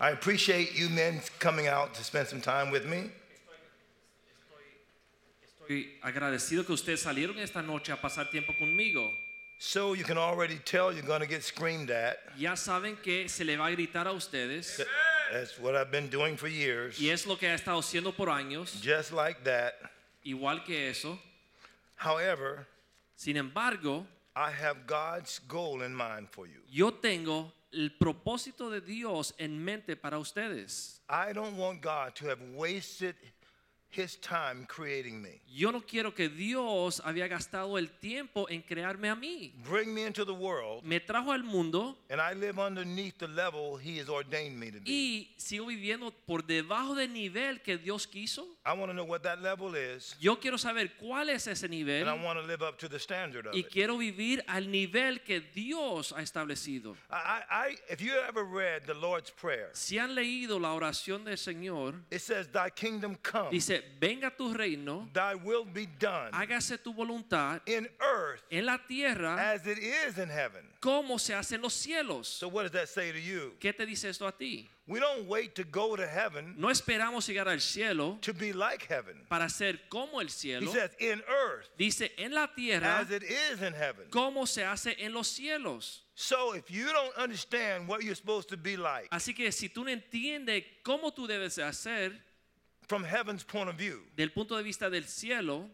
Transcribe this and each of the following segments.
I appreciate you men coming out to spend some time with me. Estoy agradecido que ustedes salieron esta noche a pasar tiempo conmigo. So you can already tell you're going to get screamed at. Ya saben que se le va a gritar a ustedes That's what I've been doing for years. y es lo que ha estado haciendo por años, Just like that. igual que eso. However, Sin embargo, I have God's goal in mind for you. yo tengo el propósito de Dios en mente para ustedes. I don't want God to have wasted his time creating me. Yo no quiero que Dios había gastado el tiempo en crearme a mí. Bring me into the world, Me trajo al mundo and I live underneath the level he has ordained me to be. y sigo viviendo por debajo del nivel que Dios quiso. I want to know what that level is, Yo quiero saber cuál es ese nivel and I want to live up to the standard of y it. quiero vivir al nivel que Dios ha establecido. I, I, I- if you ever read the Lord's Prayer, Si han leído la oración del Señor, it says, Thy kingdom come, dice, venga tu reino, thy will be done hágase tu voluntad in earth en la tierra as it is in heaven. como se hace en los cielos. So, what does that say to you? ¿Qué te dice esto a ti? We don't wait to go to heaven No esperamos llegar al cielo to be like heaven. para ser como el He cielo. says, In earth Dice, en la tierra as it is in heaven. como se hace en los cielos. So, if you don't understand what you're supposed to be like Así que si tú no entiendes cómo tú debes hacer from heaven's point of view, del punto de vista del cielo,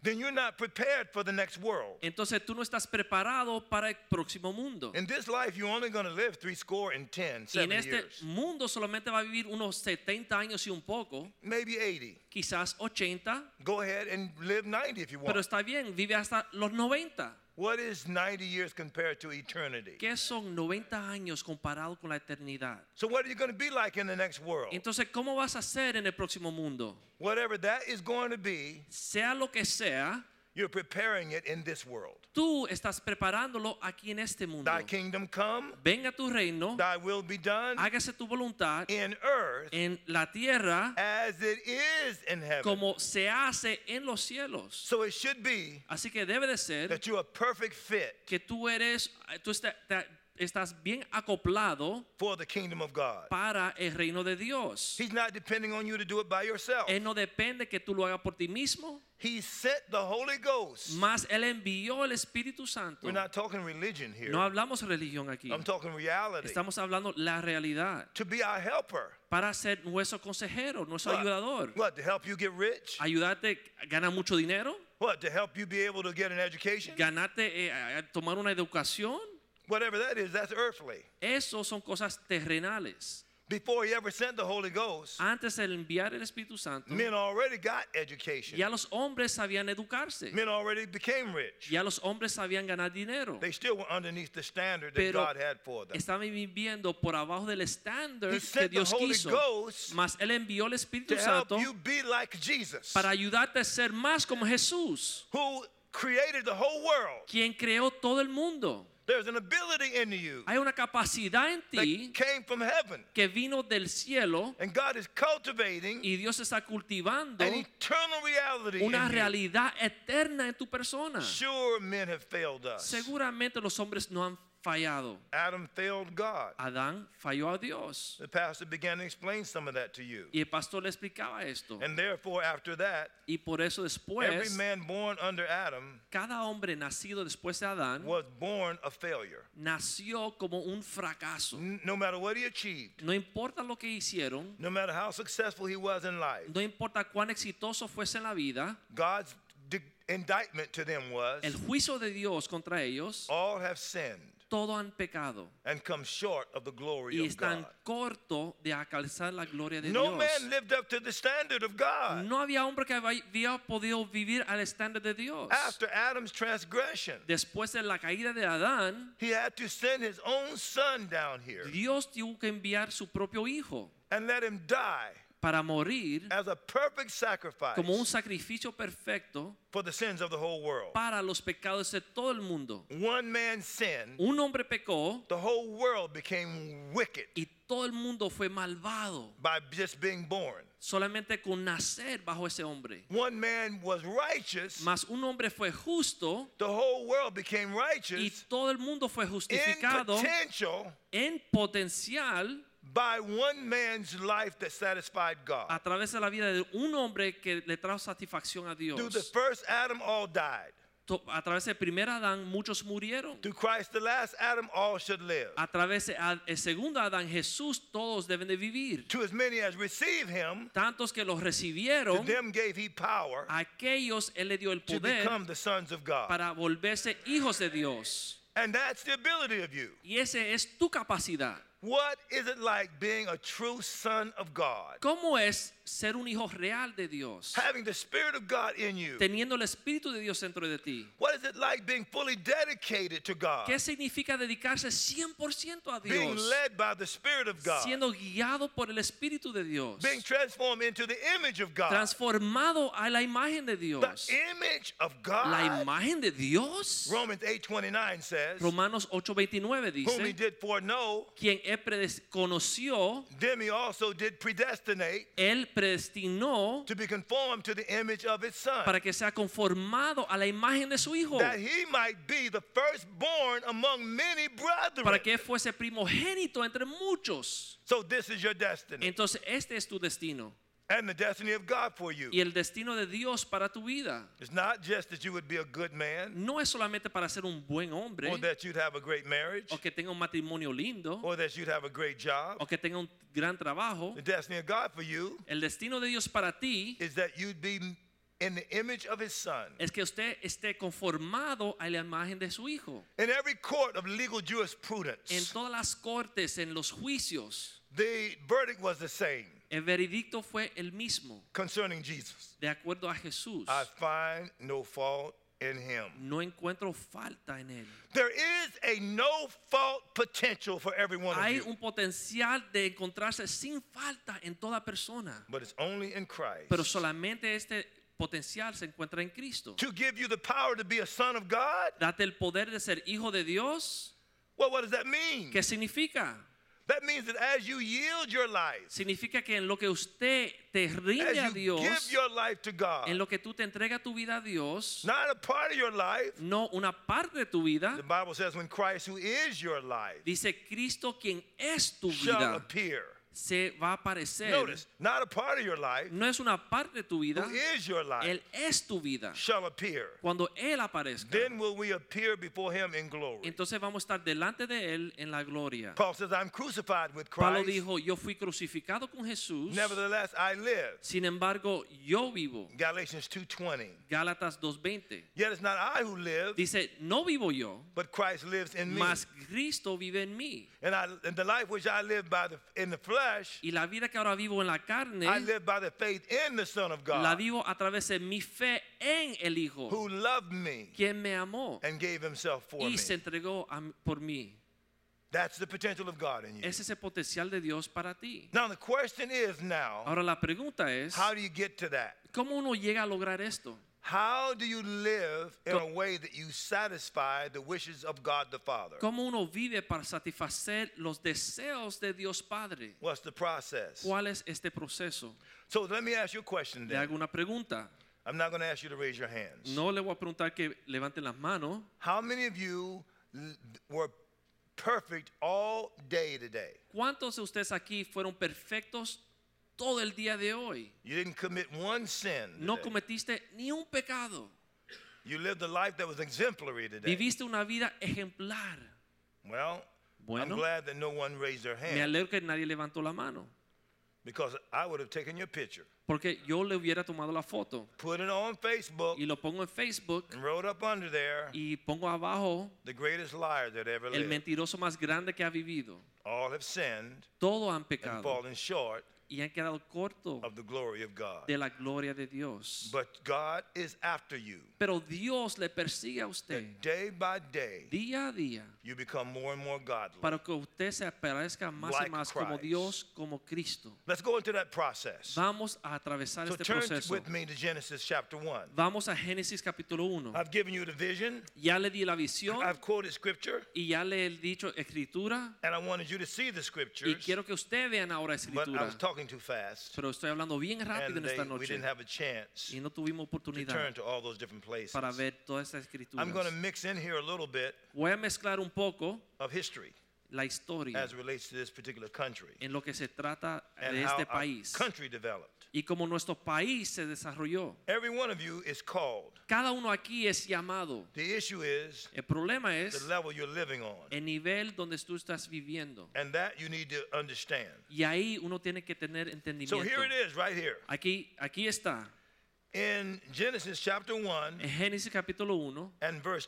then you're not prepared for the next world. entonces tú no estás preparado para el próximo mundo. In this life, you're only going to live three score and ten, Y en seven este years, mundo solamente va a vivir unos 70 años y un poco, maybe 80. quizás 80, Go ahead and live 90 if you pero want. está bien, vive hasta los 90. What is 90 years compared to eternity? ¿Qué son 90 años comparado con la eternidad? So, what are you going to be like in the next world? Entonces, ¿cómo vas a hacer en el próximo mundo? Whatever that is going to be, Sea lo que sea, you're preparing it in this world. tú estás preparándolo aquí en este mundo. Thy kingdom come, Venga tu reino, thy will be done hágase tu voluntad in earth en la tierra as it is in heaven. como se hace en los cielos. So it should be Así que debe de ser that you're a perfect fit que tú eres, tú está- ta- estás bien acoplado for the kingdom of God. para el reino de Dios. He's not depending on you to do it by yourself. Él no depende que tú lo hagas por ti mismo, He sent the Holy Ghost. más Él envió el Espíritu Santo. We're not talking religion here. No hablamos religión aquí. I'm talking reality. Estamos hablando la realidad To be our helper. para ser nuestro consejero, nuestro What? ayudador. What? To help you get rich? Ayudarte a ganar mucho dinero, What? To help you be able to get an education? ganarte, eh, a- a tomar una educación. Whatever that is, that's earthly. Eso son cosas terrenales. Before he ever sent the Holy Ghost, Antes de enviar el Espíritu Santo, men already got education. ya los hombres sabían educarse, Men already became rich. ya los hombres sabían ganar dinero, They still were underneath the standard that pero God had for them. estaban viviendo por abajo del estándar He que sent the Dios Holy quiso. Ghost Mas Él envió el to Espíritu help Santo you be like Jesus, para ayudarte a ser más como Jesús, who created the whole world. quien creó todo el mundo. There's an ability in you Hay una capacidad en that ti came from heaven, que vino del cielo and God is cultivating y Dios está cultivando an eternal reality. una in you. realidad eterna en tu persona. Sure, men have failed us. Seguramente los hombres no han fallado. Adam failed God. Adán falló a Dios. The pastor began to explain some of that to you. Y el pastor le explicaba esto. And therefore, after that, Y por eso every después, man born under Adam cada hombre nacido después de Adán was born a failure. nació como un fracaso. N- No matter what he achieved, No importa lo que hicieron, no matter how successful he was in life, no importa cuán exitoso fuese en la vida, God's di- indictment to them was Oh. el juicio de Dios contra ellos, all have sinned todo han pecado and come short of the glory y of God. están corto de alcanzar la gloria de No Dios. man lived up to the standard of God No había hombre que había podido vivir al estándar de Dios. after Adam's transgression. Después de la caída de Adán, He had to send his own son down here Dios tuvo que enviar su propio hijo and let him die para morir as a perfect sacrifice como un sacrificio perfecto for the sins of the whole world. para los pecados de todo el mundo. One man's sin, Un hombre pecó the whole world became wicked y todo el mundo fue malvado by just being born. solamente con nacer bajo ese hombre. One man was righteous, Mas un hombre fue justo the whole world became y righteous todo el mundo fue in justificado potential en potencial by one man's life that satisfied God. a través de la vida de un hombre que le trajo satisfacción a Through the Dios. first Adam, all died. To- A través de primer Adán muchos murieron. Through Christ, the last Adam, all should live. A través de Ad- el segundo Adán Jesús todos deben de vivir. To as many as receive him, Tantos que los to recibieron, them gave he power a aquellos él le dio el to poder become the sons of God. para volverse hijos de Dios. And that's the ability of you. Y esa es tu capacidad. What is it like being a true son of God? ¿Cómo es ser un hijo real de Dios? Having the Spirit of God in you. Teniendo el Espíritu de Dios dentro de ti. What is it like being fully dedicated to God? ¿Qué significa dedicarse 100% a Being Dios? led by the Spirit of God. Siendo guiado por el Espíritu de Dios. Being transformed into the image of God. Transformado a la imagen de Dios. The image of La God. imagen de Dios. Romans 8:29 says, Romanos 8:29 Whom he dice, did foreknow, quien él predes- conoció, them he also did predestinate él predestinó to be conformed to the image of his son, para que sea conformado a la imagen de su hijo, that he might be the firstborn among many para brethren. que fuese primogénito entre muchos. So this is your destiny Entonces este es tu destino and the destiny of God for you. y el destino de Dios para tu vida. It's not just that you would be a good man No es solamente para ser un buen hombre or that you'd have a great marriage o que tenga un matrimonio lindo or that you'd have a great job. o que tenga un gran trabajo. The destiny of God for you El destino de Dios para ti is that you'd be in the image of his son. es que usted esté conformado a la imagen de su hijo. In every court of legal En jurisprudence, todas las cortes, en los juicios, the verdict was the same el veredicto fue el mismo, concerning Jesus. de acuerdo a Jesús. I find no fault in him. No encuentro falta en él. There is a no fault potential for every one of Hay you, un potencial de encontrarse sin falta en toda persona, but it's only in Christ. pero solamente este potencial se encuentra en Cristo. To give you the power to be a son of God? Date el poder de ser hijo de Dios. Well, what does that mean? ¿Qué significa? That means that as you yield your life, Significa que en lo que usted te rinde a as you give Dios, your life to God, en lo que tú te entregas tu vida a Dios, not a part of your life, no una parte de tu vida, the Bible says, when Christ, who is your life, dice Cristo quien es tu shall vida, appear. se va a aparecer. Notice, not a part of your life, No es una parte de tu who vida, is your life, Él es tu vida. shall appear. Cuando Él aparezca, Then will we appear before him in glory. entonces vamos a estar delante de Él en la gloria. Paul says, I'm crucified with Pablo Christ. dijo, yo fui crucificado con Jesús, Nevertheless, I live. sin embargo yo vivo. Galatians 2:20. Gálatas 2.20. Yet it's not I who live, Dice, no vivo yo, but Christ lives in me. mas Cristo vive en mí. And, I, and the life which I live by the, in the flesh, Y la vida que ahora vivo en la carne, I live by the faith in the Son of la God, vivo a través de mi fe en el Hijo, who loved me quien me amó and gave himself for me. y se entregó a mí- por mí. That's the potential of God in you. Ese es el potencial de Dios para ti. Now, the question is now, Ahora la pregunta es, how do you get to that? ¿cómo uno llega a lograr esto? How do you live in a Co- way that you satisfy the wishes of God the Father? ¿Cómo uno vive para satisfacer los deseos de Dios Padre? What's the process? ¿Cuál es este proceso? So let me ask you a question Le then. hago una pregunta. I'm not going to ask you to raise your hands. No le voy a preguntar que levanten las manos. How many of you l- were perfect all day today? ¿Cuántos de ustedes aquí fueron perfectos todo el día de hoy? You didn't commit one sin. No today. cometiste ni un pecado. You lived a life that was exemplary today. Viviste una vida ejemplar. Well, I'm Bueno. glad that no one raised their Me hand alegro que nadie levantó la mano, because I would have taken your picture. Porque yo le hubiera tomado la foto put it on Facebook, y lo pongo en Facebook and wrote up under there, y pongo abajo the greatest liar that ever el lived. mentiroso más grande que ha vivido. All have sinned Todos han and pecado fallen short y han quedado corto of the glory of God. de la gloria de Dios. But God is after you. Pero Dios le persigue a usted That day by day, día a día you become more and more godly. para que usted se parezca más Like y más como Christ. Dios, como Cristo. Let's go into that process. Vamos a atravesar So este turn proceso. with me to Genesis chapter 1. Vamos a Génesis capítulo 1. I've given you the vision, Ya le di la visión I've quoted scripture, y ya le he dicho escritura and I wanted you to see the y scriptures, quiero que ustedes vean ahora but I escritura. was talking too fast. Pero estoy hablando bien rápido And en they- esta we noche didn't have a chance y no tuvimos to turn oportunidad to all those different places. para ver todas estas escrituras. I'm going to mix in here a little bit Voy a mezclar un poco of history la historia as it relates to this particular country en lo que se trata and de how este our país country developed. y cómo nuestro país se desarrolló. Every one of you is called. Cada uno aquí es llamado. The issue is El problema the es level you're living on, el nivel donde tú estás viviendo. and that you need to understand. Y ahí uno tiene que tener So entendimiento. here it is, right here. Aquí, aquí está, In Genesis chapter 1 en Génesis capítulo 1 and verse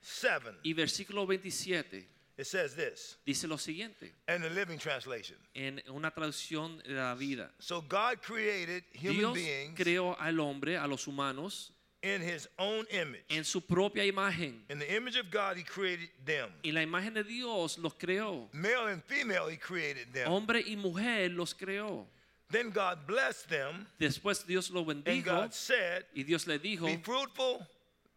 27, y versículo 27, it says this dice lo siguiente, in the Living Translation. en una traducción de la vida. So God created human Dios beings creó al hombre, a los humanos, in his own image. en su propia imagen. In the image of God, he created them. Y la imagen de Dios los creó. Male and female, he created them. Hombre y mujer los creó. Then God blessed them, Después Dios lo and bendijo God said, y Dios le dijo, Be fruitful,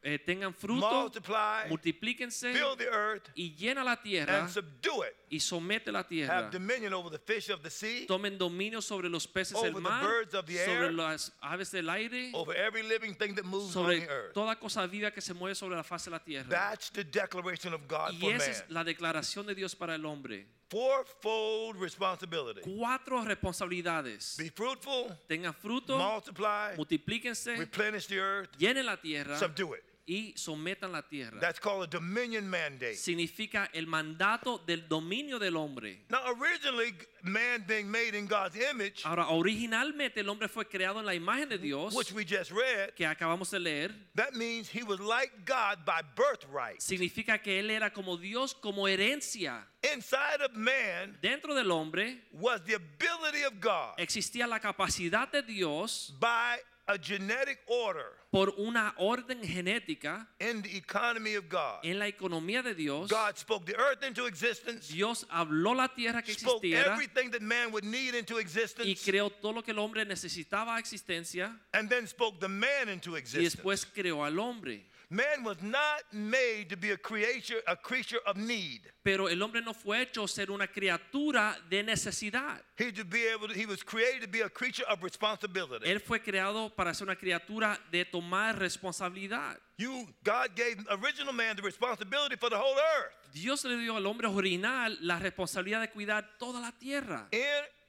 eh, tengan fruto, multiply, multiplíquense fill the earth, y llena la tierra and subdue it. y somete la tierra. Have dominion over the fish of the sea, Tomen dominio sobre los peces Over del the mar, birds of the sobre air, las aves del aire, over every living thing that moves on sobre the earth. toda cosa viva que se mueve sobre la faz de la tierra. That's the declaration of God Y for man. esa es la declaración de Dios para el hombre. Fourfold responsibility. Cuatro responsabilidades. Be fruitful, Tengan fruto, multiply, multiplíquense, replenish the earth, llenen la tierra subdue it. y sometan la tierra. That's called a dominion mandate. Significa el mandato del dominio del hombre. Now, originally, man being made in God's image, Ahora, originalmente el hombre fue creado en la imagen de Dios, which we just read, que acabamos de leer. that means he was like God by birthright. Significa que él era como Dios, como herencia. Inside of man Dentro del hombre was the ability of God existía la capacidad de Dios by a genetic order por una orden genética in the economy of God. en la economía de Dios. God spoke the earth into existence, Dios habló la tierra que spoke existiera everything that man would need into y existence, creó todo lo que el hombre necesitaba a existencia and then spoke the man into y existence. después creó al hombre. Man was not made to be a creature, a creature of need. Pero el hombre no fue hecho ser una criatura de necesidad. He to be able to, he was created to be a creature of responsibility. Él fue creado para ser una criatura de tomar responsabilidad. You God gave original man the responsibility for the whole earth. Dios le dio al hombre original la responsabilidad de cuidar toda la tierra. In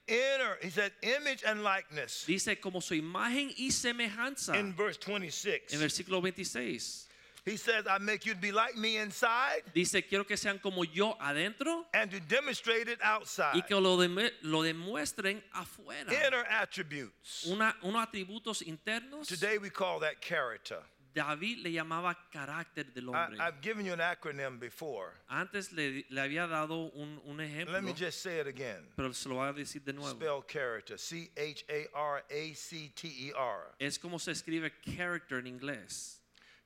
inner, he said image and likeness Dice como su imagen y semejanza. in En verse 26. versículo 26. He says, I make you to be like me inside Dice, quiero que sean como yo adentro and to demonstrate it outside. y que lo, demu- lo demuestren afuera. Inner attributes. Una- unos atributos internos. Today we call that character. David le llamaba carácter del I, hombre. I've given you an acronym before. Antes le, le había dado un, un ejemplo, Let me just say it again. pero se lo voy a decir de nuevo. Spell character. C H A R A C T E R. Es como se escribe character en inglés.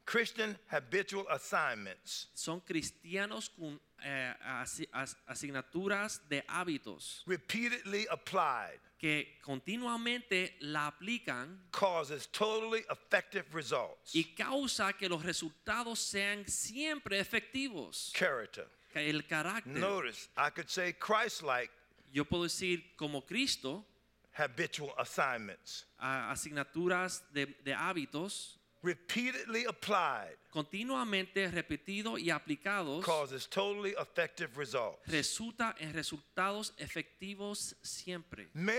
Christian habitual assignments. Son cristianos con eh, asi- as- asignaturas de hábitos repeatedly applied que continuamente la aplican causes totally effective results. y causa que los resultados sean siempre efectivos. Character. El carácter, Notice, I could say Christ like yo puedo decir como Cristo, habitual assignments, a- asignaturas de, de hábitos repeatedly applied continuamente repetidos y aplicados causes totally effective results. resulta en resultados efectivos siempre. Man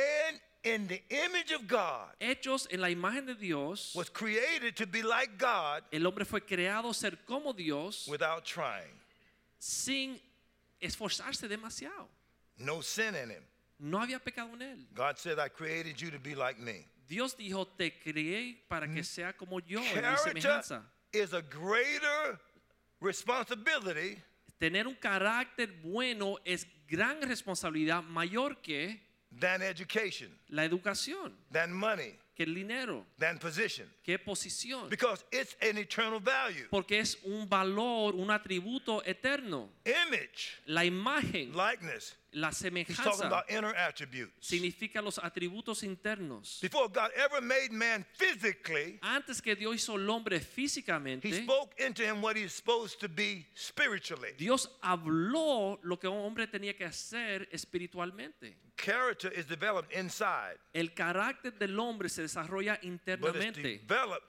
in the image of God Hechos en la imagen de Dios, was created to be like God el hombre fue creado ser como Dios without trying. sin esforzarse demasiado. No sin in him. No había pecado en él. God said, I created you to be like me. Dios dijo, te crié para que sea como yo, en mi Character semejanza. is a greater responsibility Tener un carácter bueno es gran responsabilidad mayor que than education, la educación, than money, que el dinero, than position, que posición. because it's an eternal value. Porque es un valor, un atributo eterno. Image, La imagen, likeness. la He's talking semejanza, about inner attributes. significa los atributos internos. Before God ever made man physically, Antes que Dios hizo al hombre He físicamente, spoke into him what he's supposed to be spiritually. Dios habló lo que un hombre tenía que hacer espiritualmente. Character is developed inside, El carácter del hombre se desarrolla but it's internamente, developed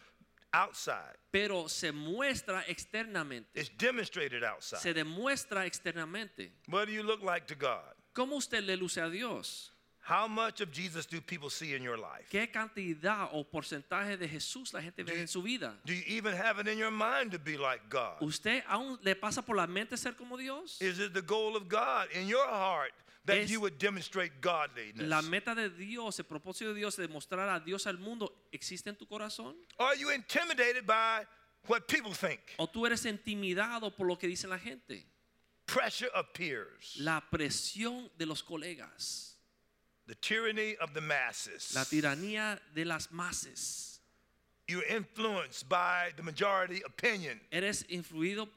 outside. pero se muestra externamente. It's demonstrated Se outside. demuestra externamente. What do you look like to God? ¿Cómo usted le luce a Dios? How much of Jesus do people see in your life? ¿Qué cantidad o porcentaje de Jesús la gente ve en su vida? Do you even have it in your mind to be like God? ¿Usted aún le pasa por la mente ser como Dios? Is it the goal of God in your heart that Es- you would demonstrate La godliness? meta de Dios, el propósito de Dios de mostrar a Dios al mundo, ¿existe en tu corazón? Are you intimidated by what people think? ¿O tú eres intimidado por lo que dice la gente? Pressure of peers, La presión de los colegas, the tyranny of the la masses. tiranía de las masas. You're influenced by the majority opinion. Eres influido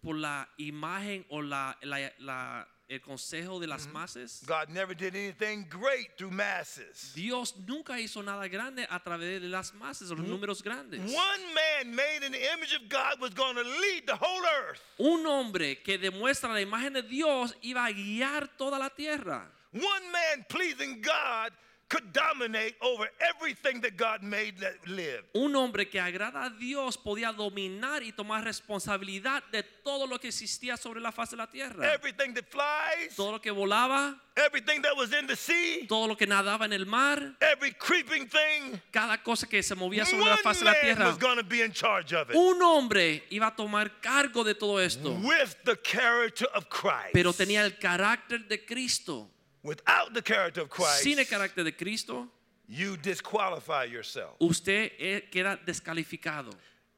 por la imagen o la, la- la- el consejo de las masas. God never did anything great through masses. Dios nunca hizo nada grande a través de las masas, los números grandes. One man made in the image of God was going to lead the whole earth. Un hombre que demuestra la imagen de Dios iba a guiar toda la tierra. One man pleasing God could dominate over everything that God made that lived. Un hombre que agrada a Dios podía dominar y tomar responsabilidad de todo lo que existía sobre la faz de la tierra. Everything that flies, Todo lo que volaba, everything that was in the sea, todo lo que nadaba en el mar, every creeping thing. cada cosa que se movía sobre la One faz de la man tierra. was going to be in charge of it Un hombre iba a tomar cargo de todo esto, with the character of Christ. pero tenía el carácter de Cristo. Without the character of Christ, Sin el carácter de Cristo, you disqualify yourself. usted eh, queda descalificado.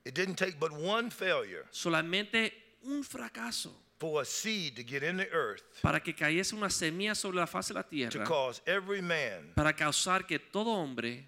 It didn't take but one failure Solamente un fracaso for a seed to get in the earth para que cayese una semilla sobre la faz de la to tierra, cause every man para causar que todo hombre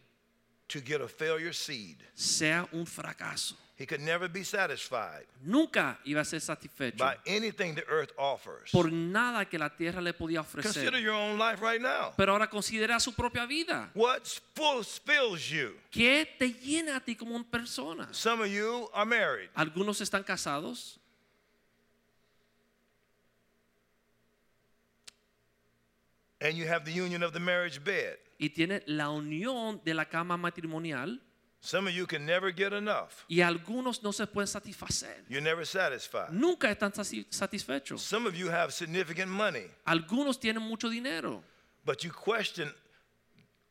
to get a failure seed. sea un fracaso. He could never be satisfied Nunca iba a ser satisfecho by anything the earth offers. por nada que la tierra le podía ofrecer. Consider your own life right now. Pero ahora considera su propia vida. What fulfills you? ¿Qué te llena a ti como una persona? Some of you are married. Algunos están casados. and you have the union of the marriage bed. y tiene la unión de la cama matrimonial Some of you can never get enough. y algunos no se pueden satisfacer. You're never satisfied. Nunca están sati- satisfechos. Some of you have significant money, Algunos tienen mucho dinero, but you question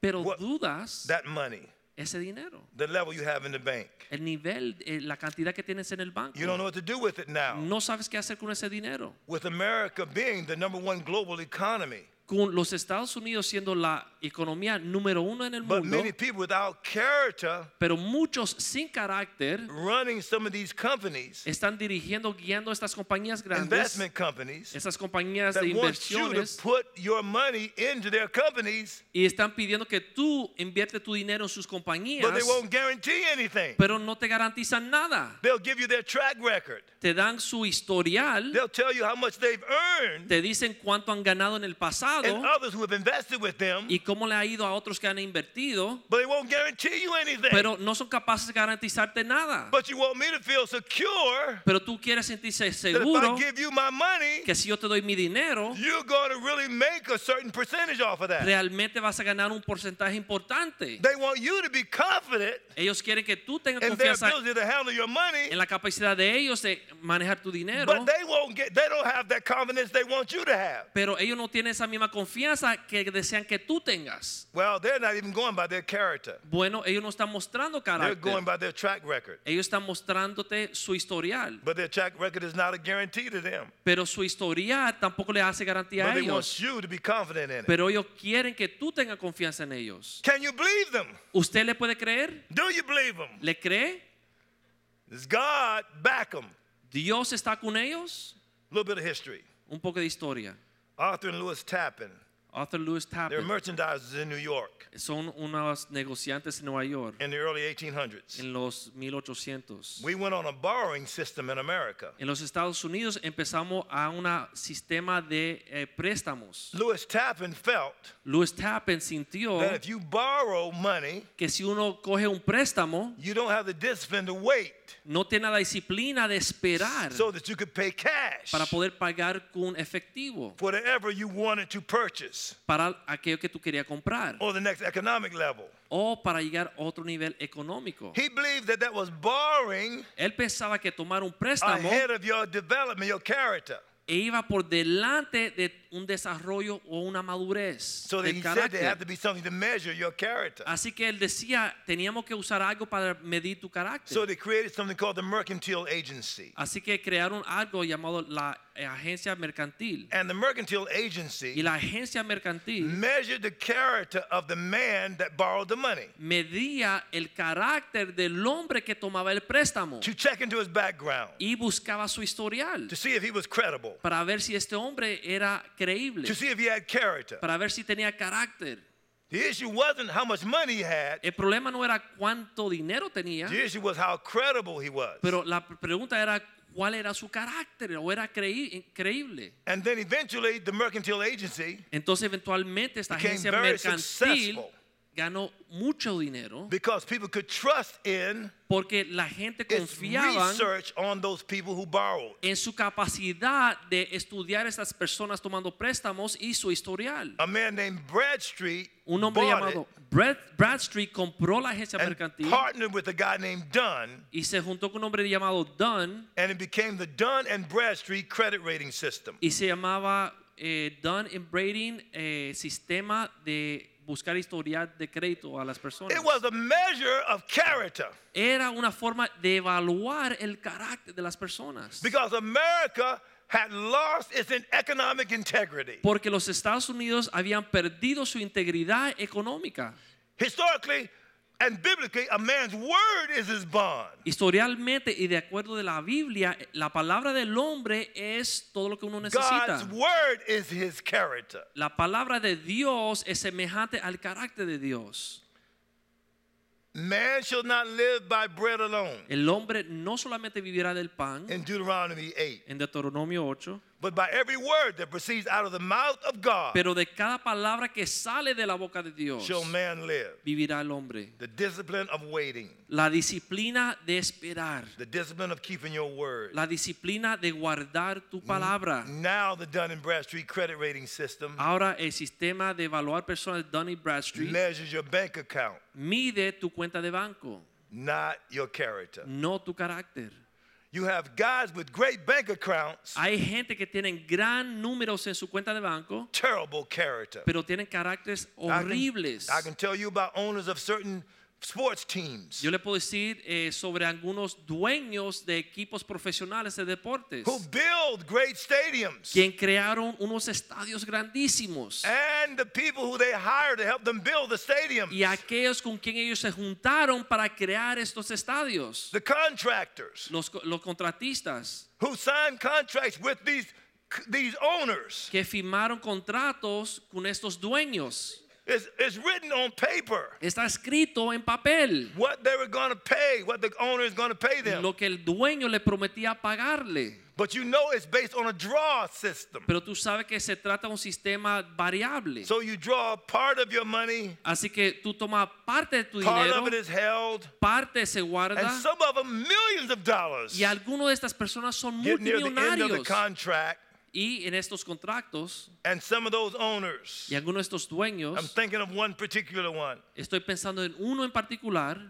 pero What- dudas that money, ese dinero, the level you have in the bank. el nivel, eh, la cantidad que tienes en el banco. You don't know what to do with it now. No sabes qué hacer con ese dinero. With America being the number one global economy, Con los Estados Unidos siendo la economía número uno en el but mundo, many people without character pero muchos sin carácter running some of these companies, están dirigiendo, guiando estas compañías grandes, investment companies, estas compañías de that wants you to inversiones. put your money into their companies, y están pidiendo que tú inviertes tu dinero en sus compañías, but they won't guarantee anything. pero no te garantizan nada. They'll give you their track record. Te dan su historial, They'll tell you how much they've earned te dicen cuánto han ganado en el pasado and uh, others who have invested with them, y cómo le ha ido a otros que han invertido, but they won't guarantee you anything. pero no son capaces de garantizarte nada. but you want me to feel secure Pero tú quieres sentirse that if I seguro give you my money, que si yo te doy mi dinero, you're going to really make a certain percentage off of that. realmente vas a ganar un porcentaje importante. They want you to be confident Ellos quieren que tú tengas in their confianza ability to handle your money, en la capacidad de ellos de manejar tu dinero. but they won't get. They don't have that confidence they want you to have. Pero ellos no tienen esa misma misma confianza que desean que tú tengas. Well, they're not even going by their character. Bueno, ellos no están mostrando They're going carácter. by their track record. Ellos están mostrándote su historial. But their track record is not a guarantee to them. Pero su historial tampoco le hace garantía But a they want ellos. you to be confident in it. Pero ellos quieren que tú tengas confianza en ellos. Can you believe them? ¿Usted le puede creer? Do you believe them? ¿Le cree? Does God back them? ¿Dios está con ellos? A little bit of history. Un poco de historia. Arthur and Lewis Tappan, Arthur Lewis they're Tappan merchandisers in New York son unos negociantes en Nueva York in the early 1800s. en los 1800. We went on a borrowing system in America. En los Estados Unidos empezamos a un sistema de eh, préstamos. Lewis Tappan felt Lewis Tappan sintió that if you borrow money, que si uno coge un préstamo, you don't have the discipline to wait no tiene la disciplina de esperar so that you could pay cash para poder pagar con efectivo for whatever you wanted to purchase para aquello que tú querías comprar or the next economic level. o para llegar a otro nivel económico. He believed that that was borrowing Él pensaba que tomar un préstamo ahead of your development, your character. e iba por delante de un desarrollo o una madurez So that del he said there had to carácter. Ah, be something to measure your character. Así que él decía, teníamos que usar algo para medir tu carácter. So they created something called the Mercantile Agency. Así que crearon algo llamado la eh, agencia mercantil. And the Mercantile Y Agency la agencia mercantil measured the character of the man that borrowed the money medía el carácter del hombre que tomaba el préstamo to check into his background, y buscaba su historial to see if he was credible, para ver si este hombre era creíble, to see if he had character. para ver si tenía carácter. The issue wasn't how much money he had, El problema no era cuánto dinero tenía, the issue was how credible he was. pero la pregunta era cuál era su carácter o era creí- creíble. And then eventually, the Mercantile Agency, Entonces eventualmente esta Became agencia very mercantil successful. ganó mucho dinero because people could trust in porque la gente its confiaba research on those people who borrowed. en su capacidad de estudiar a estas personas tomando préstamos y su historial. A man named Bradstreet Un hombre bought llamado it Brad, Bradstreet compró la agencia and mercantil partnered with a guy named Dunn. y se juntó con un hombre llamado Dunn and it became the Dunn and Bradstreet credit rating system. y se llamaba eh, Dunn and Brading eh, sistema de buscar historial de crédito a las personas. It was a measure of character Era una forma de evaluar el carácter de las personas. because America had lost its economic integrity. Porque los Estados Unidos habían perdido su integridad económica. Historically and biblically, a man's word is his bond. Historialmente y de acuerdo de la Biblia, la palabra del hombre es todo lo que uno necesita. God's word is his character. La palabra de Dios es semejante al carácter de Dios. Man shall not live by bread alone El hombre no solamente vivirá del pan, in Deuteronomy 8, en Deuteronomio 8, but by every word that proceeds out of the mouth of God pero de cada palabra que sale de la boca de Dios shall man live. vivirá el hombre. The discipline of waiting, La disciplina de esperar, the discipline of keeping your word. la disciplina de guardar tu palabra. Now the Dun and Bradstreet credit rating system Ahora el sistema de evaluar personas Dunny Bradstreet measures your bank account, mide tu cuenta de banco, not your character. no tu carácter. You have guys with great bank accounts, Hay gente que tienen gran números en su cuenta de banco, terrible character. pero tienen caracteres I can- horribles. I can tell you about owners of certain sports teams Yo le puedo decir eh, sobre algunos dueños de equipos profesionales de deportes, who build great stadiums. quien crearon unos estadios grandísimos. Eh. And the people who they hire to help them build the stadiums, Y aquellos con quien ellos se juntaron para crear estos estadios, the contractors los, co- los contratistas who sign contracts with these, these owners. que firmaron contratos con estos dueños. It's, it's written on paper. Está escrito en papel what they were going to pay, what the owner is going to pay them. lo que el dueño le prometía pagarle. but you know it's based on a draw system. Pero tú sabes que se trata de un sistema variable. So you draw part of your money, Así que tú tomas parte de tu part of it dinero, is held, parte se guarda and some of them millions of dollars y algunas de estas personas son get near the end of the multimillonarios. contract, Y en estos contratos and some of those owners. y algunos de estos I'm dueños, thinking of one particular one. estoy pensando en uno en particular,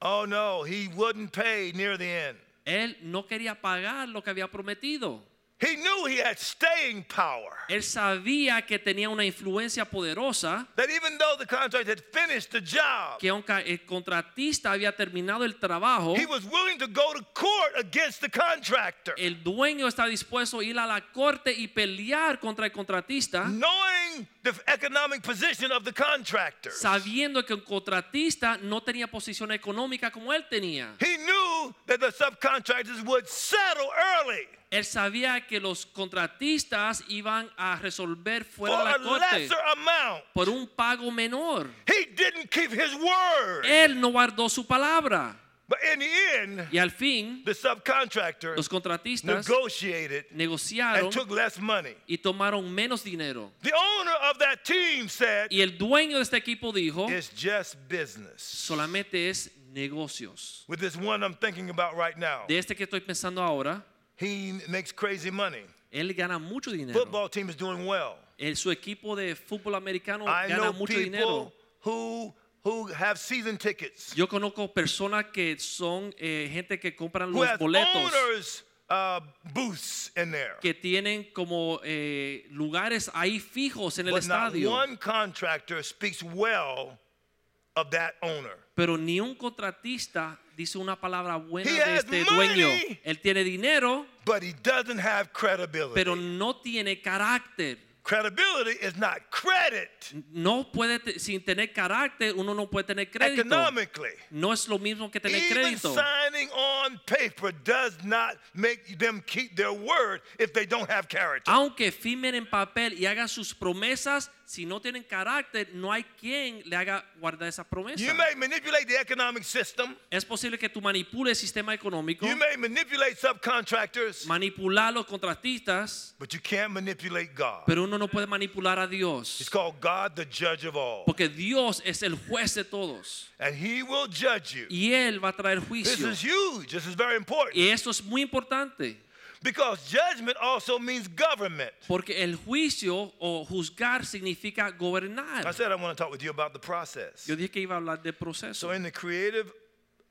Oh no, he wouldn't pay near the end. él no quería pagar lo que había prometido. He knew he had staying power. Él sabía que tenía una influencia poderosa, That even though the contract had finished the job, que aunque el contratista había terminado el trabajo, he was willing to go to court against the contractor, el dueño está dispuesto a ir a la corte y pelear contra el contratista, knowing the economic position of the contractor. sabiendo que el contratista no tenía posición económica como él tenía. He knew that the subcontractors would settle early Él sabía que los contratistas iban a resolver for fuera de la a corte lesser amount. por un pago menor. He didn't keep his word. Él no guardó su palabra. But in the end, Y al fin, the subcontractor los contratistas negotiated negociaron and took less money. y tomaron menos dinero. The owner of that team said, Y el dueño de este equipo dijo, It's just business. solamente es negocios. With this one I'm thinking about right now, De este que estoy pensando ahora, he makes crazy money. él gana mucho dinero. Football team is doing well. El- su equipo de fútbol americano I gana know mucho dinero. people who who have season tickets, Yo conozco personas que son eh, gente que compran who los have boletos, owners uh, booths in there, que tienen como eh, lugares ahí fijos en el but not estadio. one contractor speaks well of that owner. Pero ni un contratista dice una palabra buena He de has este money. dueño. Él tiene dinero, But he doesn't have credibility. pero no tiene carácter. credibility is not credit No puede, te- sin tener carácter, uno no puede tener crédito. economically. No es lo mismo que tener Even crédito. signing on paper does not make them keep their word if they don't have character. Aunque firmen en papel y hagan sus promesas, si no tienen carácter, no hay quien le haga guardar esas You promesas. may manipulate the economic system. Es posible que tú manipules el sistema económico, You may manipulate subcontractors, manipular los contratistas, but you can't manipulate God. pero uno no puede manipular a It's Dios. called God the judge of all. Porque Dios es el juez de todos. And he will judge you. Y Él va a traer This juicio. is huge. This is very important. Y eso es muy importante. Because judgment also means government. Porque el juicio o juzgar significa I gobernar. said I want to talk with you about the process. Yo dije que iba a hablar de proceso. So in the creative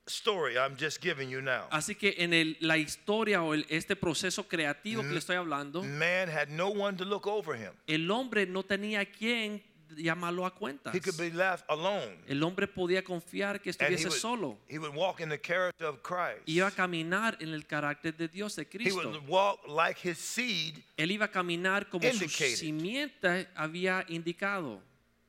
story I'm just giving you now, Así que en el- la historia o el- este proceso creativo Mm, que le estoy hablando, man had no one to look over him. el hombre no tenía quien llamarlo a cuentas. He could be left alone. El hombre podía confiar que And he estuviese would, solo. he would walk in the character of Christ. Iba a caminar en el carácter de Dios, de He Cristo. would walk like his seed, Él iba a caminar como su Indicated. simiente había indicado.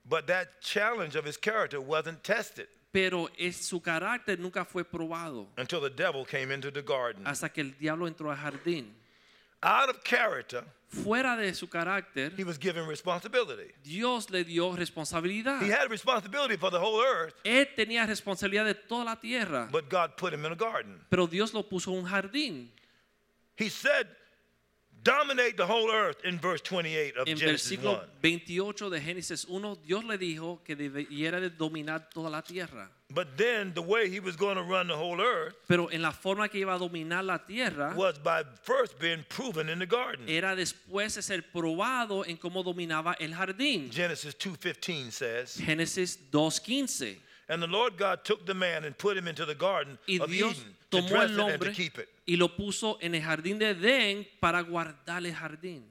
but that challenge of his character wasn't tested Pero es- su carácter nunca fue probado until the devil came into the garden. hasta que el diablo entró al jardín. Out of character, Fuera de su carácter, he was given responsibility. Dios le dio responsabilidad. He had responsibility for the whole earth, Él tenía responsabilidad de toda la tierra. but God put him in a garden. Pero Dios lo puso en un jardín. He said, Dominate the whole earth in verse 28 of En Genesis 1. versículo 28 de Génesis 1, Dios le dijo que debiera de dominar toda la tierra. But then the way he was going to run the whole earth Pero en la forma que iba a dominar la tierra was by first being proven in the garden. era después de ser probado en cómo dominaba el jardín. Genesis 2:15 says, Génesis 2.15. "And the Lord God took the man and put him into the garden Y of Dios Eden to tomó dress it al and to hombre keep it." y lo puso en el jardín de Edén para guardar el jardín.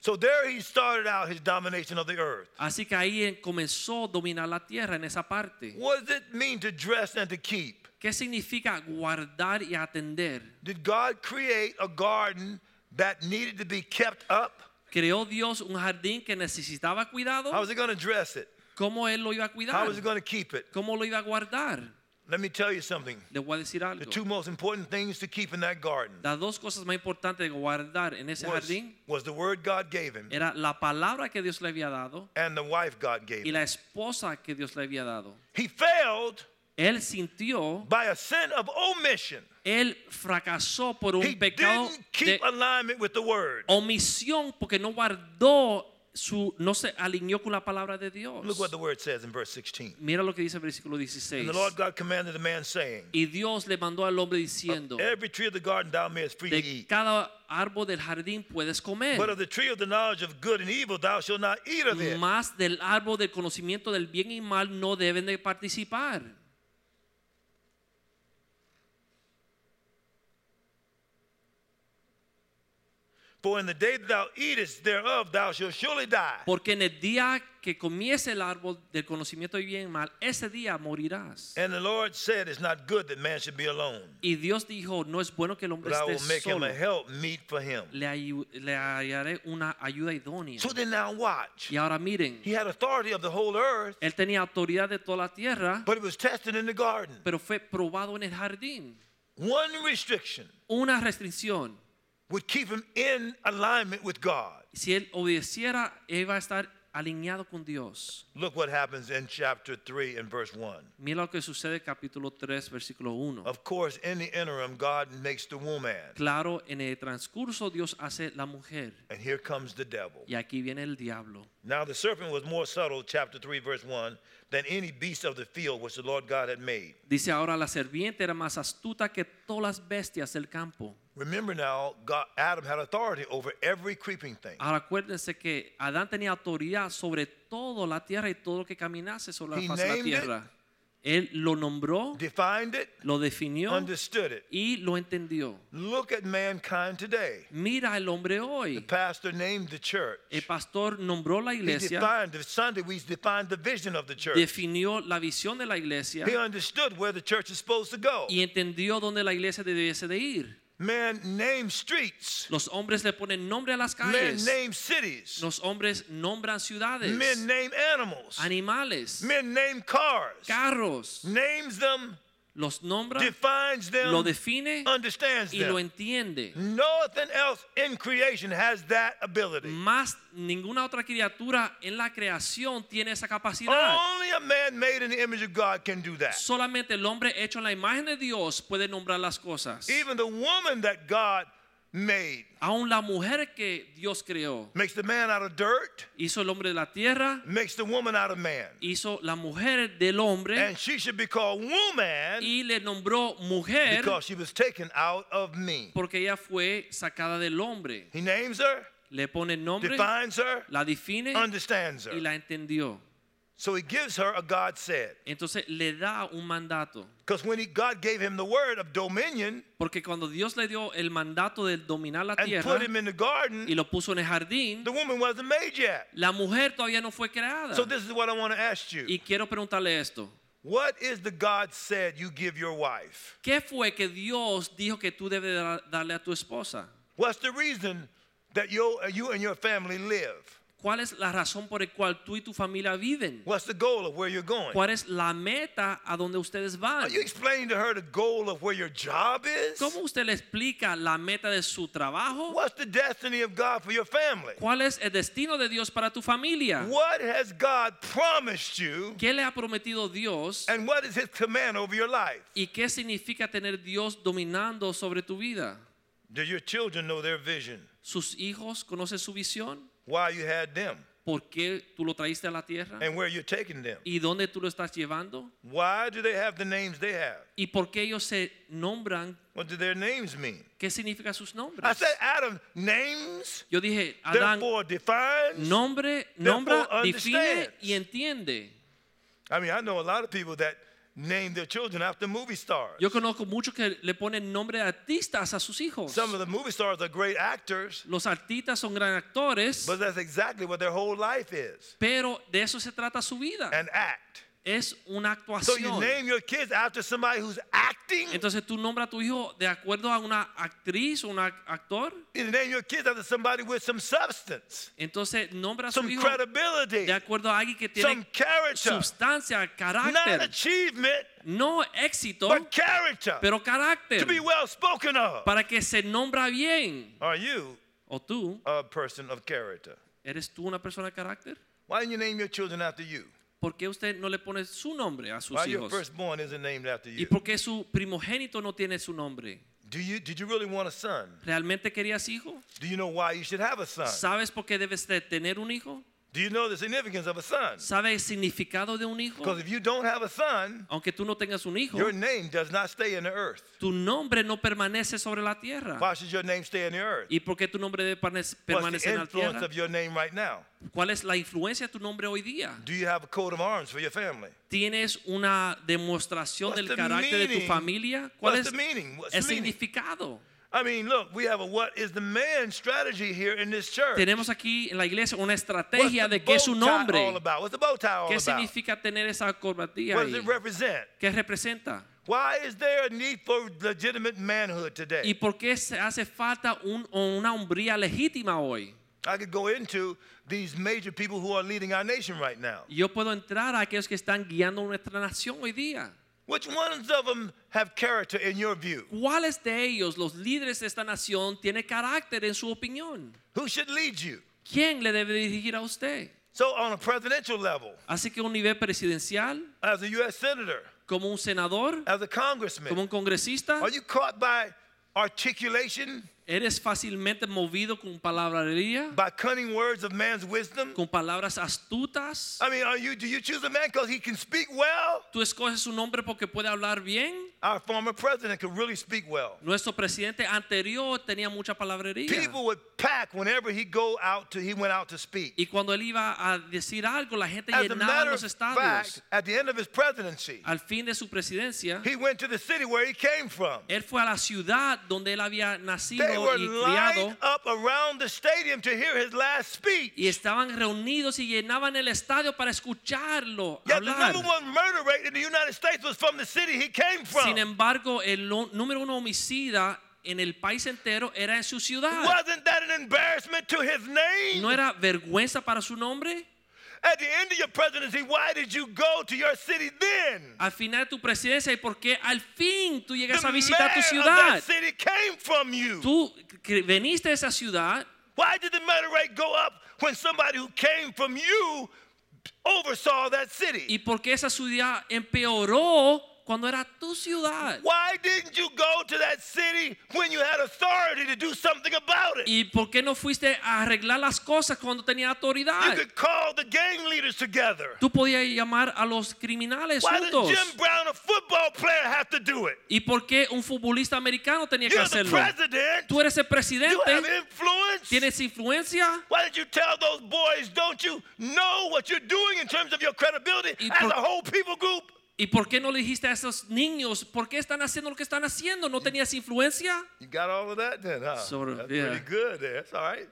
So there he started out his domination of the earth. Así que ahí él comenzó a dominar la tierra en esa parte. What does it mean to dress and to keep? ¿Qué significa guardar y atender? Did God create a garden that needed to be kept up? Creó Dios un jardín que necesitaba cuidado. How was he going to dress it? ¿Cómo él lo iba a How cuidar? was he going to keep it? ¿Cómo lo iba a guardar? Let me tell you something. Le voy a decir The algo. two most important things to keep in that garden Las dos cosas más importantes de guardar en ese was, jardín was the word God gave him era la palabra que Dios le había dado and the wife God gave y him. la esposa que Dios le había dado. He failed Él sintió, by a sin of omission. él fracasó por He un pecado didn't de keep alignment with the word. omisión porque no guardó su, no se alineó con la palabra de Dios. Look what the word says in verse 16. Mira lo que dice el versículo 16. And the Lord God commanded the man, saying, Y Dios le mandó al hombre diciendo, Every tree of the garden thou mayest freely de eat, cada árbol del jardín puedes comer, but of the tree of the knowledge of good and evil thou shalt not eat of it. más del árbol del conocimiento del bien y mal no deben de participar. For in the day that thou eatest thereof, thou shalt surely die. Porque en el día que comiese el árbol del conocimiento de bien y mal, ese día morirás. And the Lord said, It's not good that man should be alone, Y Dios dijo, no es bueno que el hombre but I esté will make him solo. a help meet for him. Le, ayu- le hallaré una ayuda idónea. So then now watch. Y ahora miren, He had authority of the whole earth, él tenía autoridad de toda la tierra, but it was tested in the garden. pero fue probado en el jardín. One restriction Una restricción. would keep him in alignment with God. Si él obedeciera, él va a estar alineado con Dios. Look what happens in chapter 3 and verse 1. Mira lo que sucede capítulo 3, versículo 1. Of course, in the interim, God makes the woman. Claro, en el transcurso Dios hace la mujer. And here comes the devil. Y aquí viene el diablo. Now the serpent was more subtle, chapter 3, verse 1, than any beast of the field which the Lord God had made. Dice ahora la serpiente era más astuta que todas las bestias del campo. Remember now, God, Adam had authority over every creeping thing. Ahora acuérdense que Adán tenía autoridad sobre todo la tierra y todo lo que caminase sobre He la faz de la named it. tierra. Él lo nombró, Defined it, lo definió understood it. y lo entendió. Look at mankind today. Mira el hombre The hoy. pastor named the church. El pastor nombró la He iglesia, defined the Sunday, we defined the vision of the church. definió la visión de la iglesia He understood where the church is supposed to go. y entendió dónde la iglesia debiese de ir. Man named streets. Los hombres le ponen nombre a las Men calles. named cities. Los hombres nombran ciudades, Men named animals. animales, Men named cars. carros. Names them, Los nombra, defines lo them, define understands y lo them. entiende. Nothing else in creation has that ability. Más ninguna otra criatura en la creación tiene esa capacidad. Only a man made in the image of God can do that. Solamente el hombre hecho en la imagen de Dios puede nombrar las cosas. Even the woman that God made Aún la mujer que Dios creó makes the man out of dirt, hizo el hombre de la tierra, makes the woman out of man. hizo la mujer del hombre And she should be called woman y le nombró mujer because she was taken out of me. porque ella fue sacada del hombre. He names her, Le pone nombre, defines her, la define understands y her. la entendió. So he gives her a God said. Entonces le da un mandato. Because when he, God gave him the word of dominion Porque cuando Dios le dio el mandato de dominar la and tierra put him in the y garden, lo puso en el jardín, the woman wasn't made yet. la mujer todavía no fue creada. So this is what I want to ask you. Y quiero preguntarle esto. What is the God said you give your wife? ¿Qué fue que Dios dijo que tú debes dar- darle a tu esposa? What's the reason that you, you and your family live? ¿Cuál es la razón por la cual tú y tu familia viven? What's the goal of where you're going? ¿Cuál es la meta a donde ustedes van? Are you explaining to her the goal of where your job is? ¿Cómo usted le explica la meta de su trabajo? What's the destiny of God for your family? ¿Cuál es el destino de Dios para tu familia? What has God promised you? ¿Qué le ha prometido Dios? And what is his command over your life? ¿Y qué significa tener Dios dominando sobre tu vida? Do your children know their vision? ¿Sus hijos conocen su visión? Why you had them? ¿Por qué tú lo traíste a la tierra? And where you're taking them? ¿Y dónde tú lo estás llevando? Why do they have the names they have? ¿Y por qué ellos se nombran? What do their names mean? ¿Qué significa sus I nombres? said Adam names, Yo dije, Adán, therefore defines. nombre, nombra, therefore define understands. y entiende. I mean, I know a lot of people that name their children after movie stars. Yo conozco muchos que le ponen nombre de artistas a sus hijos. Some of the movie stars are great actors, Los artistas son gran actores, but that's exactly what their whole life is pero de eso se trata su vida. an act. Es una So you actuación. name your kids after somebody who's acting? Entonces tú nombras a tu hijo de acuerdo a una actriz o un ac- actor. You name your kids after somebody with some substance, Entonces nombra a su some hijo credibility, de acuerdo a alguien que some tiene character. sustancia, Not carácter, achievement, no éxito, but character. pero To carácter, be well spoken of. para que se nombra bien. Are you O tú, a person of character? ¿eres tú una persona de carácter? Why didn't you name your children after you? ¿Por qué usted no le pone su nombre a sus Why your hijos? firstborn isn't named after ¿Y you? por qué su primogénito no tiene su nombre? Do you did you really want a son? ¿Realmente querías hijo? Do you know why you should have a son? ¿Sabes por qué debes de tener un hijo? Do you know the significance of a son? ¿Sabes el significado de un hijo? Because if you don't have a son, Aunque tú no tengas un hijo, your name does not stay in the earth. tu nombre no permanece sobre la tierra. Why should your name stay in the earth? ¿Y por qué tu nombre debe permane- What's permanecer the en la influence tierra? of your name right now? ¿Cuál es la influencia de tu nombre hoy día? Do you have a coat of arms for your family? ¿Tienes una demostración What's del the carácter de tu meaning? familia? ¿Cuál What's es the meaning? What's el the meaning? significado? I mean, look, we have a what is the man strategy here in this church. Tenemos aquí en la iglesia una What's estrategia the de qué bow es un tie all hombre. about? What's the bow tie all ¿Qué about? significa tener esa corbatilla What does ahí? it represent? ¿Qué representa? Why is there a need for legitimate manhood ¿Y today? por qué se hace falta un- una hombría legítima hoy? I could go into these major people who are leading our nation right now. Yo puedo entrar a aquellos que están guiando nuestra nación hoy día. Which ones of them have character in your view? ¿Cuáles de ellos, los líderes de esta nación, tiene carácter en su opinión? Who should lead you? ¿Quién le debe dirigir a usted? So, on a presidential level, Así que a un nivel presidencial, as a U.S. senator, como un senador, as a como congressman, un congresista, are you caught by articulation, eres fácilmente movido con palabrería, by cunning words of man's wisdom? con palabras astutas. I mean, are you, do you choose a man because he can speak well? Tú escoges un hombre porque puede hablar bien. Our former president could really speak well. Nuestro presidente anterior tenía mucha palabrería. People would pack whenever he go out to he went out to speak. Y cuando él iba a decir algo, la gente As a llenaba matter of los fact, estadios. at the end of his presidency, Al fin de su presidencia, he went to the city where he came from. él fue a la ciudad donde él había They nacido were y lined criado up around the stadium to hear his last speech. y estaban reunidos y llenaban el estadio para escucharlo Yet the hablar. number one murder rate in the United States was from the city he came from. Sin embargo, el lo- número uno homicida en el país entero era en su ciudad. Wasn't that an embarrassment to his name? ¿No era vergüenza para su nombre? At the end of your presidency, why did you go to your city then? Al final de tu presidencia y por qué al fin tú llegas the a mayor visitar tu of that ciudad. city came from you. Tú que veniste a esa ciudad Why did the murder rate go up when somebody who came from you oversaw that y city? por qué esa ciudad empeoró cuando era tu ciudad. Why didn't you go to that city when you had authority to do something about it? ¿Y por qué no fuiste a arreglar las cosas cuando tenía You autoridad? could call the gang leaders together. Tú podías llamar a los criminales Why did juntos. Jim Brown, a football player, have to do it? ¿Y por qué un futbolista americano tenía que You're the hacerlo? president. Tú eres You el have presidente, influence. tienes influencia. Why did you tell those boys, don't you know what you're doing in terms of your credibility Y as por- a whole people group? ¿Y por qué no le dijiste a esos niños por qué están haciendo lo que están haciendo? ¿No tenías influencia? You got all of that then, huh? Sort of, That's yeah. pretty good there. That's all right.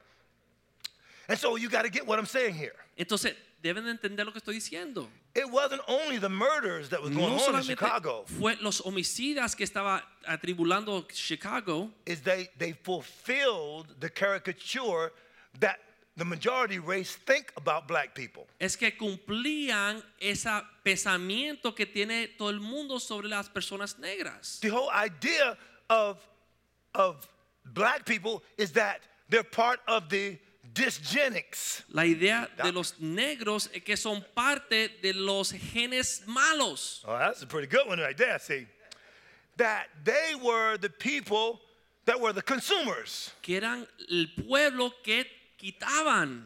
And so you got to get what I'm saying here. Entonces, deben de entender lo que estoy diciendo. It wasn't only the murders that was going No on in solamente Chicago. fue los homicidas que estaba atribulando Chicago, Is they they fulfilled the caricature that the majority race think about black people. es que cumplían ese pensamiento que tiene todo el mundo sobre las personas negras. The whole idea of of black people is that they're part of the dysgenics. La idea de los negros es que son parte de los genes malos. Oh, that's a pretty good one right there. See, that they were the people that were the consumers. que eran el pueblo que quitaban,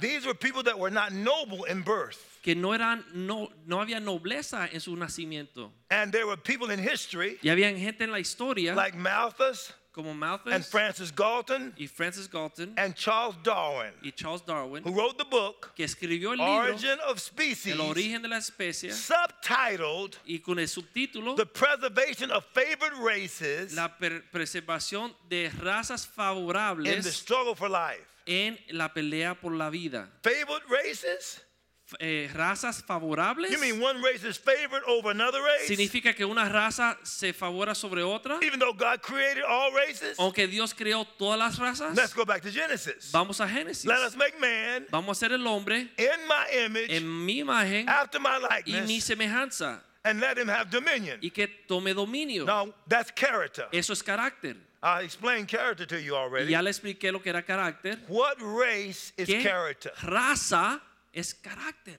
These were people that were not noble in birth. que no eran no, no había nobleza en su nacimiento. And there were people in history Y había gente en la historia like Malthus como and Malthus Francis Galton y Francis Galton and Charles Darwin, y Charles Darwin who wrote the book que escribió el libro Origin of Species, El origen de la especie subtitled y con el subtítulo The Preservation of Favored Races La per- preservación de razas in the favorables Struggle for Life. en la pelea por la vida. Favored races? F- eh, razas favorables You mean one race is favored over another race? significa que una raza se favora sobre otra. Even though God created all races? Aunque Dios creó todas las Let's razas, go back to Genesis. vamos a Génesis. Let us make man Vamos a ser el hombre in my image, en mi imagen after my y mi likeness. semejanza and let him have dominion. y que tome dominio. Now, that's character. Eso es carácter. I explained character to you Y already. ya le expliqué lo que era carácter. What race is ¿Qué character? raza es carácter?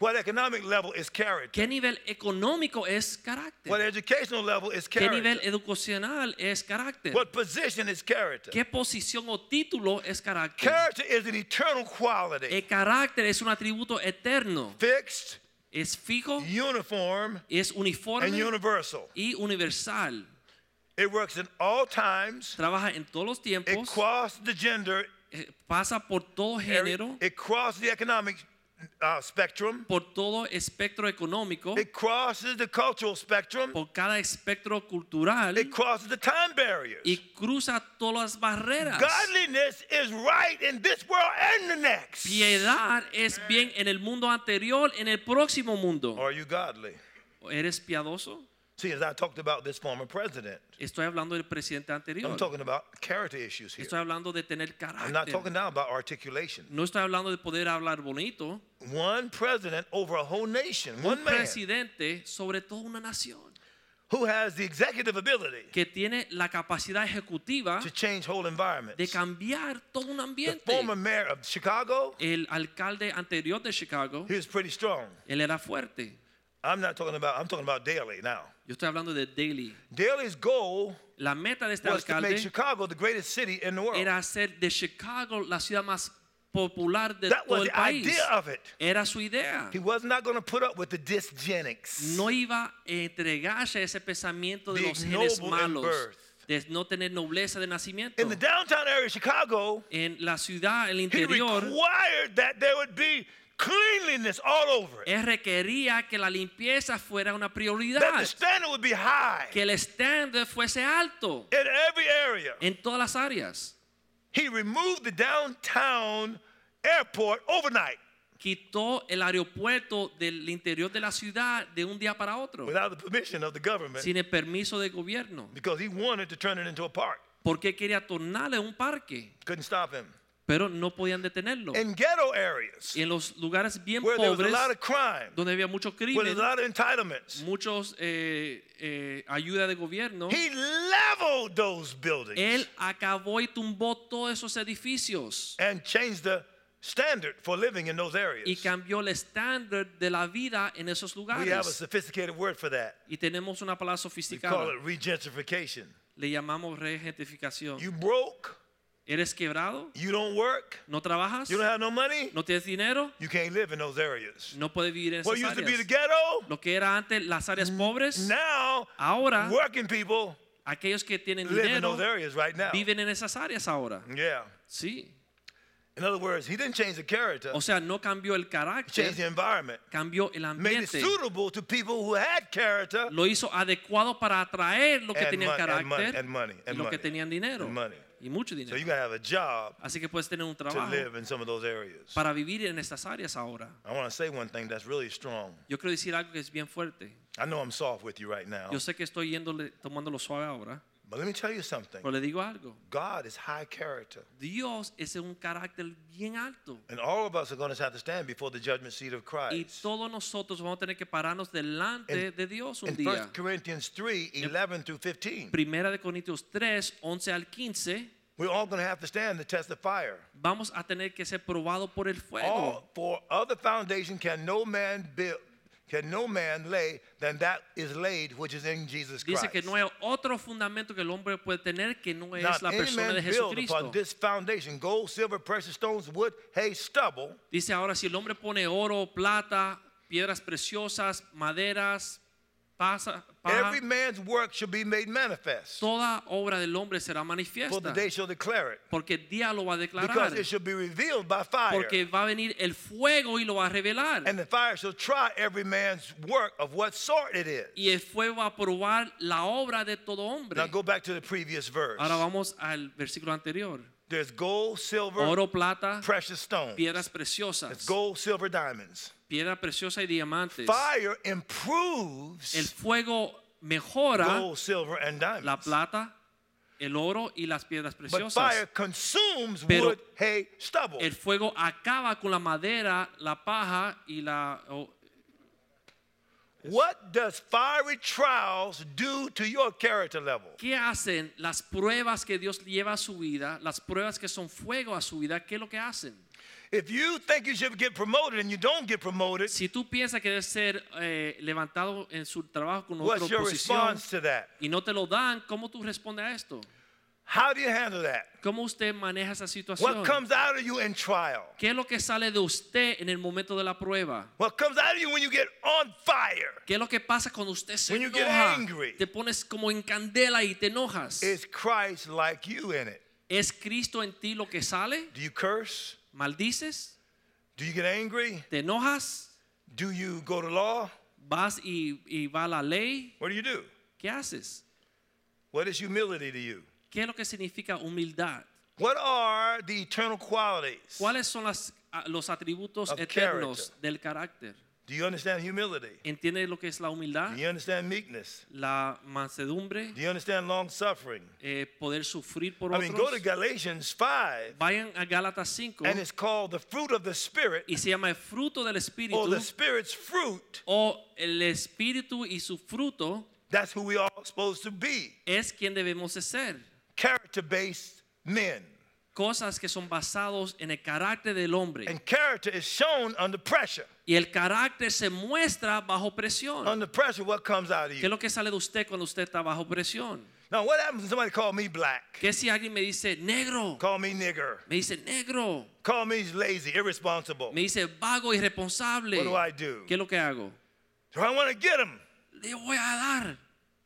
What economic level is character? ¿Qué nivel económico es What carácter? educational level is ¿Qué nivel character? educacional es carácter? What position is character? ¿Qué posición o título es carácter? Character is an eternal quality, El carácter es un atributo eterno. fixed, Es fijo, uniform, es and uniforme universal. y universal. It works in all times. Trabaja en todos los tiempos, It crosses the gender, eh, pasa por todo area- género, it crosses the economic uh, spectrum, por todo espectro económico, it crosses the cultural spectrum, por cada espectro cultural it crosses the time barriers. y cruza todas las barreras. Godliness is right in this world and the next. Piedad es bien en el mundo anterior, en el próximo mundo. Are you godly? ¿Eres piadoso? See, as I talked about this former president, Estoy hablando del presidente I'm anterior. talking about character issues here. Estoy hablando de tener I'm not carácter. talking now about articulation. No estoy hablando de poder hablar bonito. One president over a whole nation, one Un man presidente, sobre todo una nación, who has the executive ability que tiene la capacidad ejecutiva to change whole environments. Ah. de cambiar todo un The ambiente. former mayor of Chicago, El alcalde anterior de Chicago, he was pretty strong. él era fuerte. I'm not talking about, I'm talking about Daley now. Yo estoy hablando de Daley. Daley's goal La meta de este was to make alcalde Chicago the greatest city in the world. era hacer de Chicago la ciudad más popular de That was todo el the país. idea of it. Era su idea. He was not going to put up with the dysgenics. No iba a entregarse a ese pensamiento de The los genes ignoble in malos, birth. de no tener nobleza de nacimiento. In the downtown area of Chicago, En la ciudad, el he interior, required that there would be cleanliness all over it. él requería que la limpieza fuera una That the prioridad, standard would be high que el estándar fuese alto in every area. en todas las áreas. He removed the downtown airport overnight quitó el aeropuerto del interior de la ciudad de un día para otro, without the permission of the government sin el permiso del gobierno, because he wanted to turn it into a park. porque quería tornarle un parque, Couldn't stop him. pero no podían detenerlo. In ghetto areas En los lugares bien where there was a pobres, lot of crime, donde había muchos where there's crímenes, a lot of entitlements, muchos eh, eh, ayuda de gobierno, he leveled those buildings. él acabó y tumbó todos esos edificios and change the standard for living in those y areas. cambió el estándar de la vida en esos We have a lugares. sophisticated word for that. Y tenemos una palabra We call sofisticada, it regentrification. le llamamos regentificación. You broke, ¿Eres quebrado? you don't work, ¿No trabajas? you don't have no money, ¿No tienes dinero? you can't live in those areas. No puedes vivir en esas What used to be the áreas. ghetto, Lo que era antes las Mm, áreas pobres, now ahora working people aquellos que tienen live in dinero those areas right now. viven en esas áreas ahora. Yeah. Sí. In other words, he didn't change the character, O sea, eh, no cambió el he changed the carácter, environment. cambió el Made it ambiente. suitable to people who had character Lo hizo adecuado para atraer lo que And tenían mon- and mon- carácter and money, y and lo money, que tenían dinero and money. y mucho So you dinero. gotta have a job Así que puedes tener un to trabajo live in some of those areas. para vivir en estas áreas ahora. I want to say one thing that's really strong. Yo quiero decir algo que es bien fuerte. I know I'm soft with you right now, Yo sé que estoy yéndole, tomándolo suave ahora, but let me tell you something. pero le digo algo. God is high character, Dios es un carácter bien alto. and all of us are going to have to stand before the judgment seat of Y Christ. todos nosotros vamos a tener que pararnos delante En- de Dios un In día. 1 Corinthians 3 11 through 15, Primera de Corintios 3, 11 al 15, we're all going to have to stand the test of fire. vamos a tener que ser probado por el fuego. All for other foundation can no man build, can no man lay than that is laid which is in Jesus Christ. Dice que no hay otro fundamento que el hombre puede tener que no Not es la any persona de man build Jesucristo. upon this foundation gold, silver, precious stones, wood, hay, stubble. Dice ahora, si el hombre pone oro, plata, piedras preciosas, maderas, pasa, paja, Every man's work shall be made manifest, toda obra del hombre será for the manifiesta. day shall declare it, Porque el día lo va a because declarar. it shall be revealed by fire, Porque va a venir el fuego y lo va a revelar. and the fire shall try every man's work of what sort it is. y el fuego a probar la obra de todo hombre. Now go back to the previous verse. Ahora vamos al versículo anterior. There's gold, silver, Oro, plata, precious stones. piedras It's preciosas, gold, silver, diamonds. piedra preciosa y diamantes. Fire El improves fuego mejora gold, silver, and la diamonds. plata, el oro y las piedras But fire preciosas. consumes Pero wood, hay, stubble. El fuego acaba con la madera, la paja y la o- What does fiery trials do to your character level? ¿Qué hacen las pruebas que Dios lleva a su vida? Las pruebas que son fuego a su vida, ¿qué es lo que hacen? If you think you should get promoted and you don't get promoted, Si tú piensas que debes ser eh, levantado en su trabajo con otra what's your posición response to that? y no te lo dan, ¿cómo tú respondes a esto? How do you handle that? ¿Cómo usted maneja esa situación? What comes out of you in trial? ¿Qué es lo que sale de usted en el momento de la prueba? What comes out of you when you get on fire ¿Qué es lo que pasa cuando usted se When you get enoja? angry. te pones como en candela y te enojas. is Christ like you in it? ¿Es Cristo en ti lo que sale? Do you curse? ¿Maldices? Do you get angry? ¿Te enojas? Do you go to law? ¿Vas y, y va la ley? What do you do? ¿Qué haces? What is humility to you? ¿Qué es lo que significa humildad? What are the eternal qualities? ¿Cuáles son las- a- los atributos Of eternos character. del carácter? Do you understand humility? ¿Entiendes lo que es la humildad? Do you understand meekness? La mansedumbre, Do you understand long suffering? eh, poder sufrir por I mean, go otros. to Galatians 5, Vayan a Gálatas 5 and it's called the fruit of the Spirit y se llama el fruto del or Espíritu the Spirit's fruit. o el Espíritu y su fruto That's who we are supposed to be es quien debemos de ser. character based men. Cosas que son basados en el carácter del hombre. And character is shown under pressure. Y el carácter se muestra bajo presión. Under pressure, what comes out of ¿Qué es you? lo que sale de usted cuando usted está bajo presión? Now, what happens when somebody call me black? ¿Qué si alguien me dice negro? Call me nigger. Me dice negro. Call me lazy, irresponsible. Me dice vago, irresponsable. What do I do? ¿Qué es lo que hago? So I want to get him. Le voy a dar.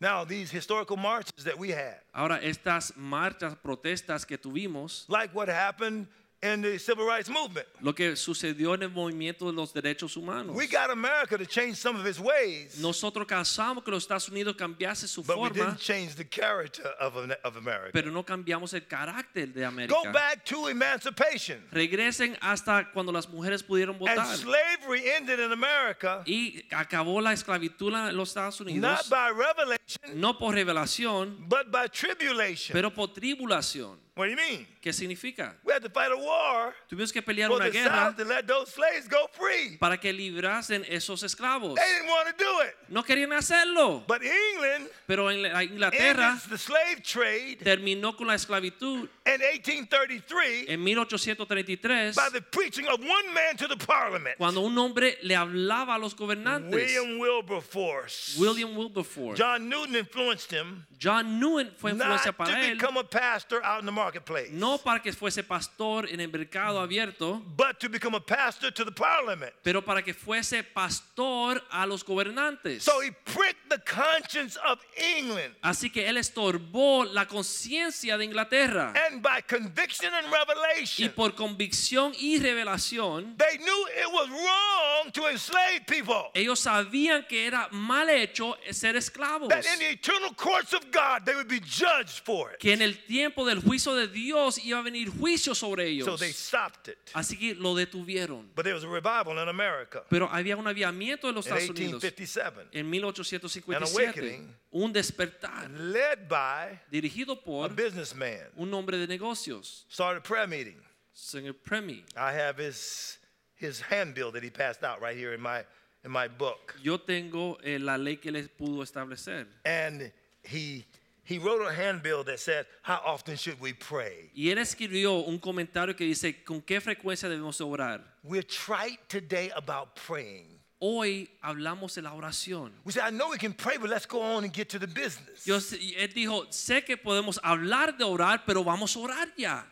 Now, these historical marches that we had, Ahora, estas marchas, protestas que tuvimos, like what happened in the civil rights movement, lo que sucedió en el movimiento de los derechos humanos. we got America to change some of its ways, Nosotros causamos que los Estados Unidos cambiase su but we forma, didn't change the character of, Am- of America. pero no cambiamos el carácter de América. Go back to emancipation. Regresen hasta cuando las mujeres pudieron And votar. slavery ended in America Y acabó la esclavitud en los Estados not Unidos, by revelation, no por revelación, but by tribulation. pero por tribulación. What do you mean? ¿Qué significa? We had to fight a war Tuvimos que pelear for una the guerra South to let those slaves go free. para que librasen esos esclavos. They didn't want to do it. No querían hacerlo, But England pero en la Inglaterra ended the slave trade terminó con la esclavitud in 1833 en 1833 by the preaching of one man to the parliament, cuando un hombre le hablaba a los gobernantes. William Wilberforce. William Wilberforce. John Newton influenced him John Newton fue not influencia para to él, become a pastor out in the marketplace, no para que fuese pastor en el mercado abierto, but to become a pastor to the parliament. pero para que fuese pastor a los gobernantes. So he pricked the conscience of England. Así que él estorbó la conciencia de Inglaterra. And by conviction and Y revelation, por convicción y revelación, they knew it was wrong to enslave people. ellos sabían que era mal hecho ser esclavos. That in the eternal courts of God, they would be judged for it. Que en el tiempo del juicio de Dios iba a venir juicio sobre So ellos. they stopped it. Así que lo detuvieron. But there was a revival in America Pero había un aviamiento de los in Estados Unidos. 1857, en An 1857 awakening. un despertar led by dirigido a por businessman. un hombre de negocios, Started a prayer meeting. señor Premi. I have his his handbill that he passed out right here in my in my book. Yo tengo eh, la ley que les pudo establecer And he he wrote a handbill that said, "How often should we pray?" y él escribió un comentario que dice con qué frecuencia debemos orar. We're trite today about praying. Hoy hablamos de la oración. We say, "I know we can pray, but let's go on and get to the business." Yo sé- y él dijo, sé que podemos hablar de orar, pero vamos a orar ya.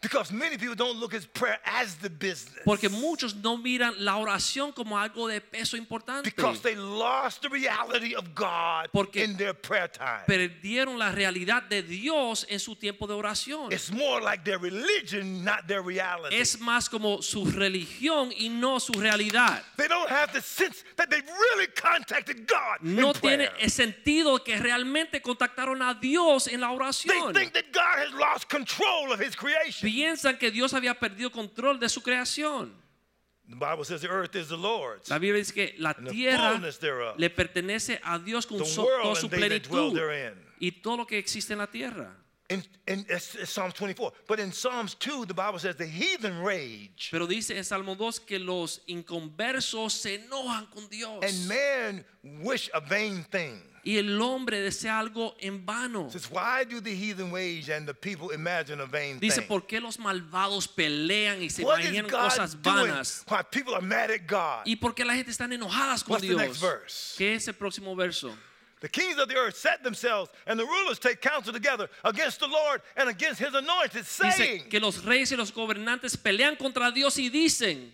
Because many people don't look at prayer as the business. Porque muchos no miran la oración como algo de peso importante. Because they lost the reality of God Porque- in their prayer time. Perdieron la realidad de Dios en su tiempo de oración. It's more like their religion, not their reality. es más como su religión y no su realidad. they don't have the sense that they've really contacted God No in prayer. tiene el sentido que realmente contactaron a Dios en la They oración. think that God has lost control of his creation. Piensan que Dios había perdido control de su creación. the Bible says the earth is the Lord's. La Biblia dice que la And the tierra fullness thereof. le pertenece a Dios con The so- world toda su and they that dwell plenitud therein. y todo lo que existe en la tierra. In, in it's- it's Psalms 24. But in Psalms 2, the Bible says the heathen rage Pero dice en Salmo 2 que los inconversos se enojan con Dios and man wish a vain thing. y el hombre desea algo en vano. Says, why do the heathen wage and the people imagine a vain Dice, thing? ¿por qué los malvados pelean y se What is imaginan God cosas doing? vanas? Why people are mad at God. ¿Y por qué la gente está enojadas con What's the next Dios? verse? ¿Qué es el próximo verso? The kings of the earth set themselves, and the rulers take counsel together against the Lord and against his anointed, saying, Dice que los reyes y los gobernantes pelean contra Dios y dicen,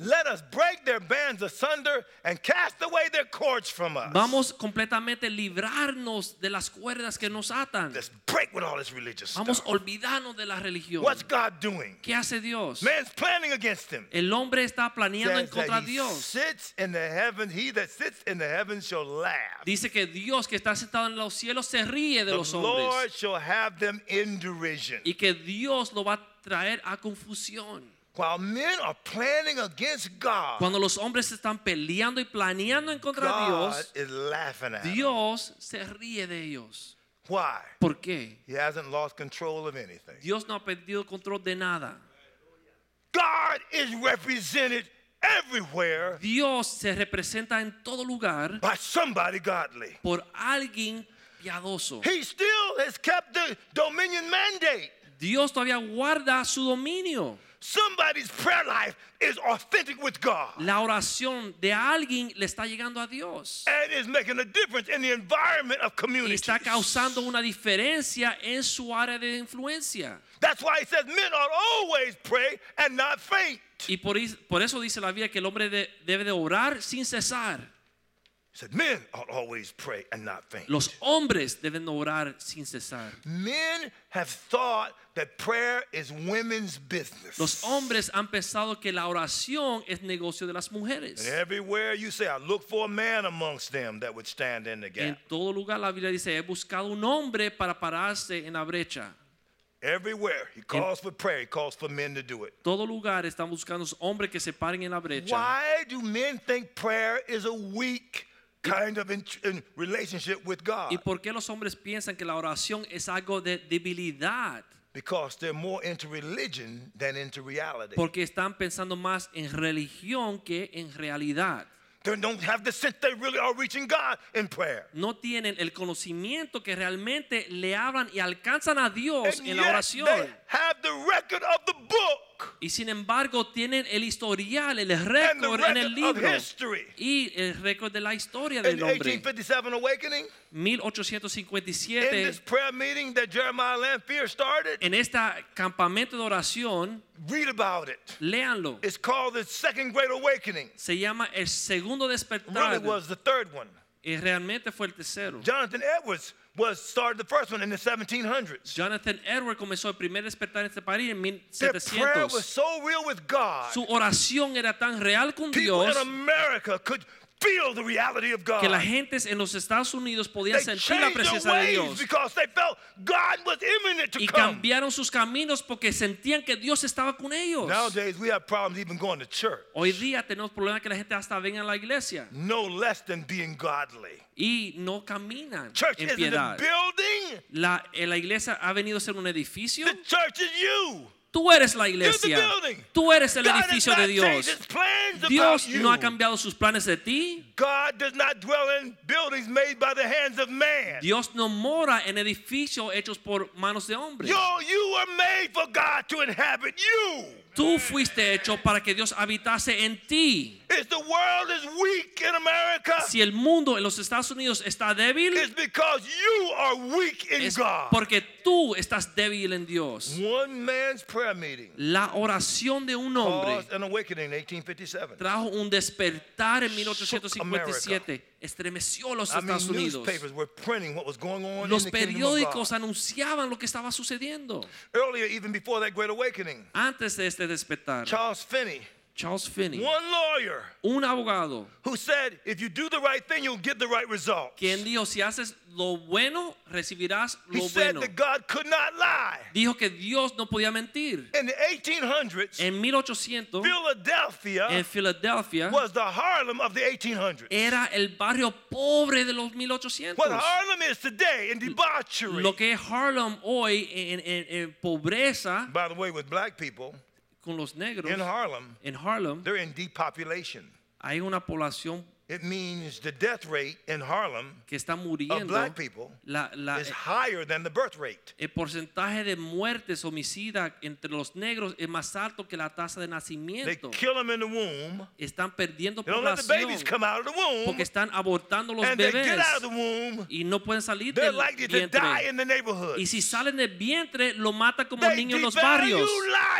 Let us break their bands asunder and cast away their cords from us. Vamos completamente a librarnos de las cuerdas que nos atan. Let's break with all this religious Vamos stuff. a olvidarnos de la religión. What's God doing? ¿Qué hace Dios? Man's planning against him. El hombre está planeando en Says contra that de he Dios. sits in the heaven. He that sits in the heaven shall laugh. Dice que Dios que está sentado en los cielos se ríe de The los hombres Lord shall have them in derision. y que Dios lo va a traer a confusión. While men are planning against God, Cuando los hombres están peleando y planeando en contra de Ah. God Dios, is laughing at them. Dios se ríe de ellos. Why? ¿Por qué? He hasn't lost control of anything. Dios no ha perdido control de nada. God is represented everywhere Dios se representa en todo lugar by somebody godly. por alguien piadoso. He still has kept the dominion mandate. Dios todavía guarda su dominio. Somebody's prayer life is authentic with God La oración de alguien le está llegando a Dios. and is making a difference in the environment of Y community. está causando una diferencia en su área de influencia. That's why he says men ought always pray and not faint. He Y por, is- por eso dice la Biblia que el hombre de- debe de orar sin cesar. said men ought always pray and not faint. Los hombres deben de orar sin cesar. men have thought that prayer is women's business. Los hombres han pensado que la oración es negocio de las And mujeres. everywhere you say, I look for a man amongst them that would stand in the En gap. todo lugar la Biblia dice, he buscado un hombre para pararse en la brecha. Everywhere he calls for prayer, he calls for men to do it. Todo lugar están buscando hombres que se paren en la brecha. Why do men think prayer is a weak kind of in, in relationship with God? ¿Y por qué los hombres piensan que la oración es algo de debilidad? Because they're more into religion than into reality. Porque están pensando más en religión que en realidad. They don't have the sense they really are reaching God in prayer. No tienen el conocimiento que realmente le hablan y alcanzan a Dios And en la yet they oración. have the record of the book. Y sin embargo tienen el historial, And el the récord en el record of libro history. y el récord de la historia In del hombre. 1857 Awakening, in this 1857, prayer meeting that Jeremiah Lanfear started, en este campamento de oración, read about it. léanlo. It's called the Second Great Awakening. Se llama El Segundo Really Despertar was the third one. y realmente fue el tercero. Jonathan Edwards was started the first one in the 1700s. Jonathan Edward comenzó el primer despertar en este país en Their prayer was 1700. so real with God. Su oración era tan real con People Dios in America could feel the reality of God. que la gente en los Estados Unidos podía they sentir la changed presencia their de ways Dios. because they felt God was imminent to y come. cambiaron sus caminos porque sentían que Dios estaba con ellos. Nowadays, we have problems even going to church, Hoy día tenemos problemas que la gente hasta venga a la iglesia no less than being godly. y no caminan Church en isn't a piedad. building. La, eh, la iglesia ha venido a ser un edificio. The church is you. Tú eres la You're the iglesia. building. Tú eres el God has edificio not de changed his Dios. plans about Dios no ha you. cambiado sus planes de ti. God does not dwell in buildings made by the hands of man. Dios no mora en edificios hechos por manos de hombres. Yo, you were made for God to inhabit you. Tú fuiste hecho para que Dios habitase en ti. Is the world is weak in America? Si el mundo en los Estados Unidos está débil, It's because you are weak in es God. porque tú estás débil en Dios. One man's prayer meeting La oración de un hombre caused an awakening in 1857. trajo un despertar en Shook 1857. Estremeció a los I mean, Estados Unidos. newspapers were printing what was going on Los in the kingdom of periódicos God. anunciaban lo que estaba sucediendo. Earlier, even before that great awakening, Antes de este despertar, Charles Finney, Charles Finney, one lawyer un abogado, who said, if you do the right thing, you'll get the right results. quien dijo, si haces lo bueno, recibirás He lo said bueno. that God could not lie. Dijo que Dios no podía mentir. In the 1800s, En 1800, en Philadelphia Filadelfia, was the Harlem of the 1800s. era el barrio pobre de los What 1800. Harlem is today in debauchery, Lo que es Harlem hoy en, en- en pobreza by the way, with black people con los negros in Harlem, en Harlem they're in depopulation. hay una población It means the death rate in Harlem que está of muriendo, black people la- la- is higher than the birth rate. el porcentaje de muertes homicidas entre los negros es más alto que la tasa de They nacimiento. kill them in the womb. Están perdiendo They don't let the babies población come out of the womb. porque están abortando los And they get bebés out of the womb. y no pueden salir They're del likely to die vientre. in the neighborhood. Y si salen del vientre, lo mata como They niño en los devalue barrios.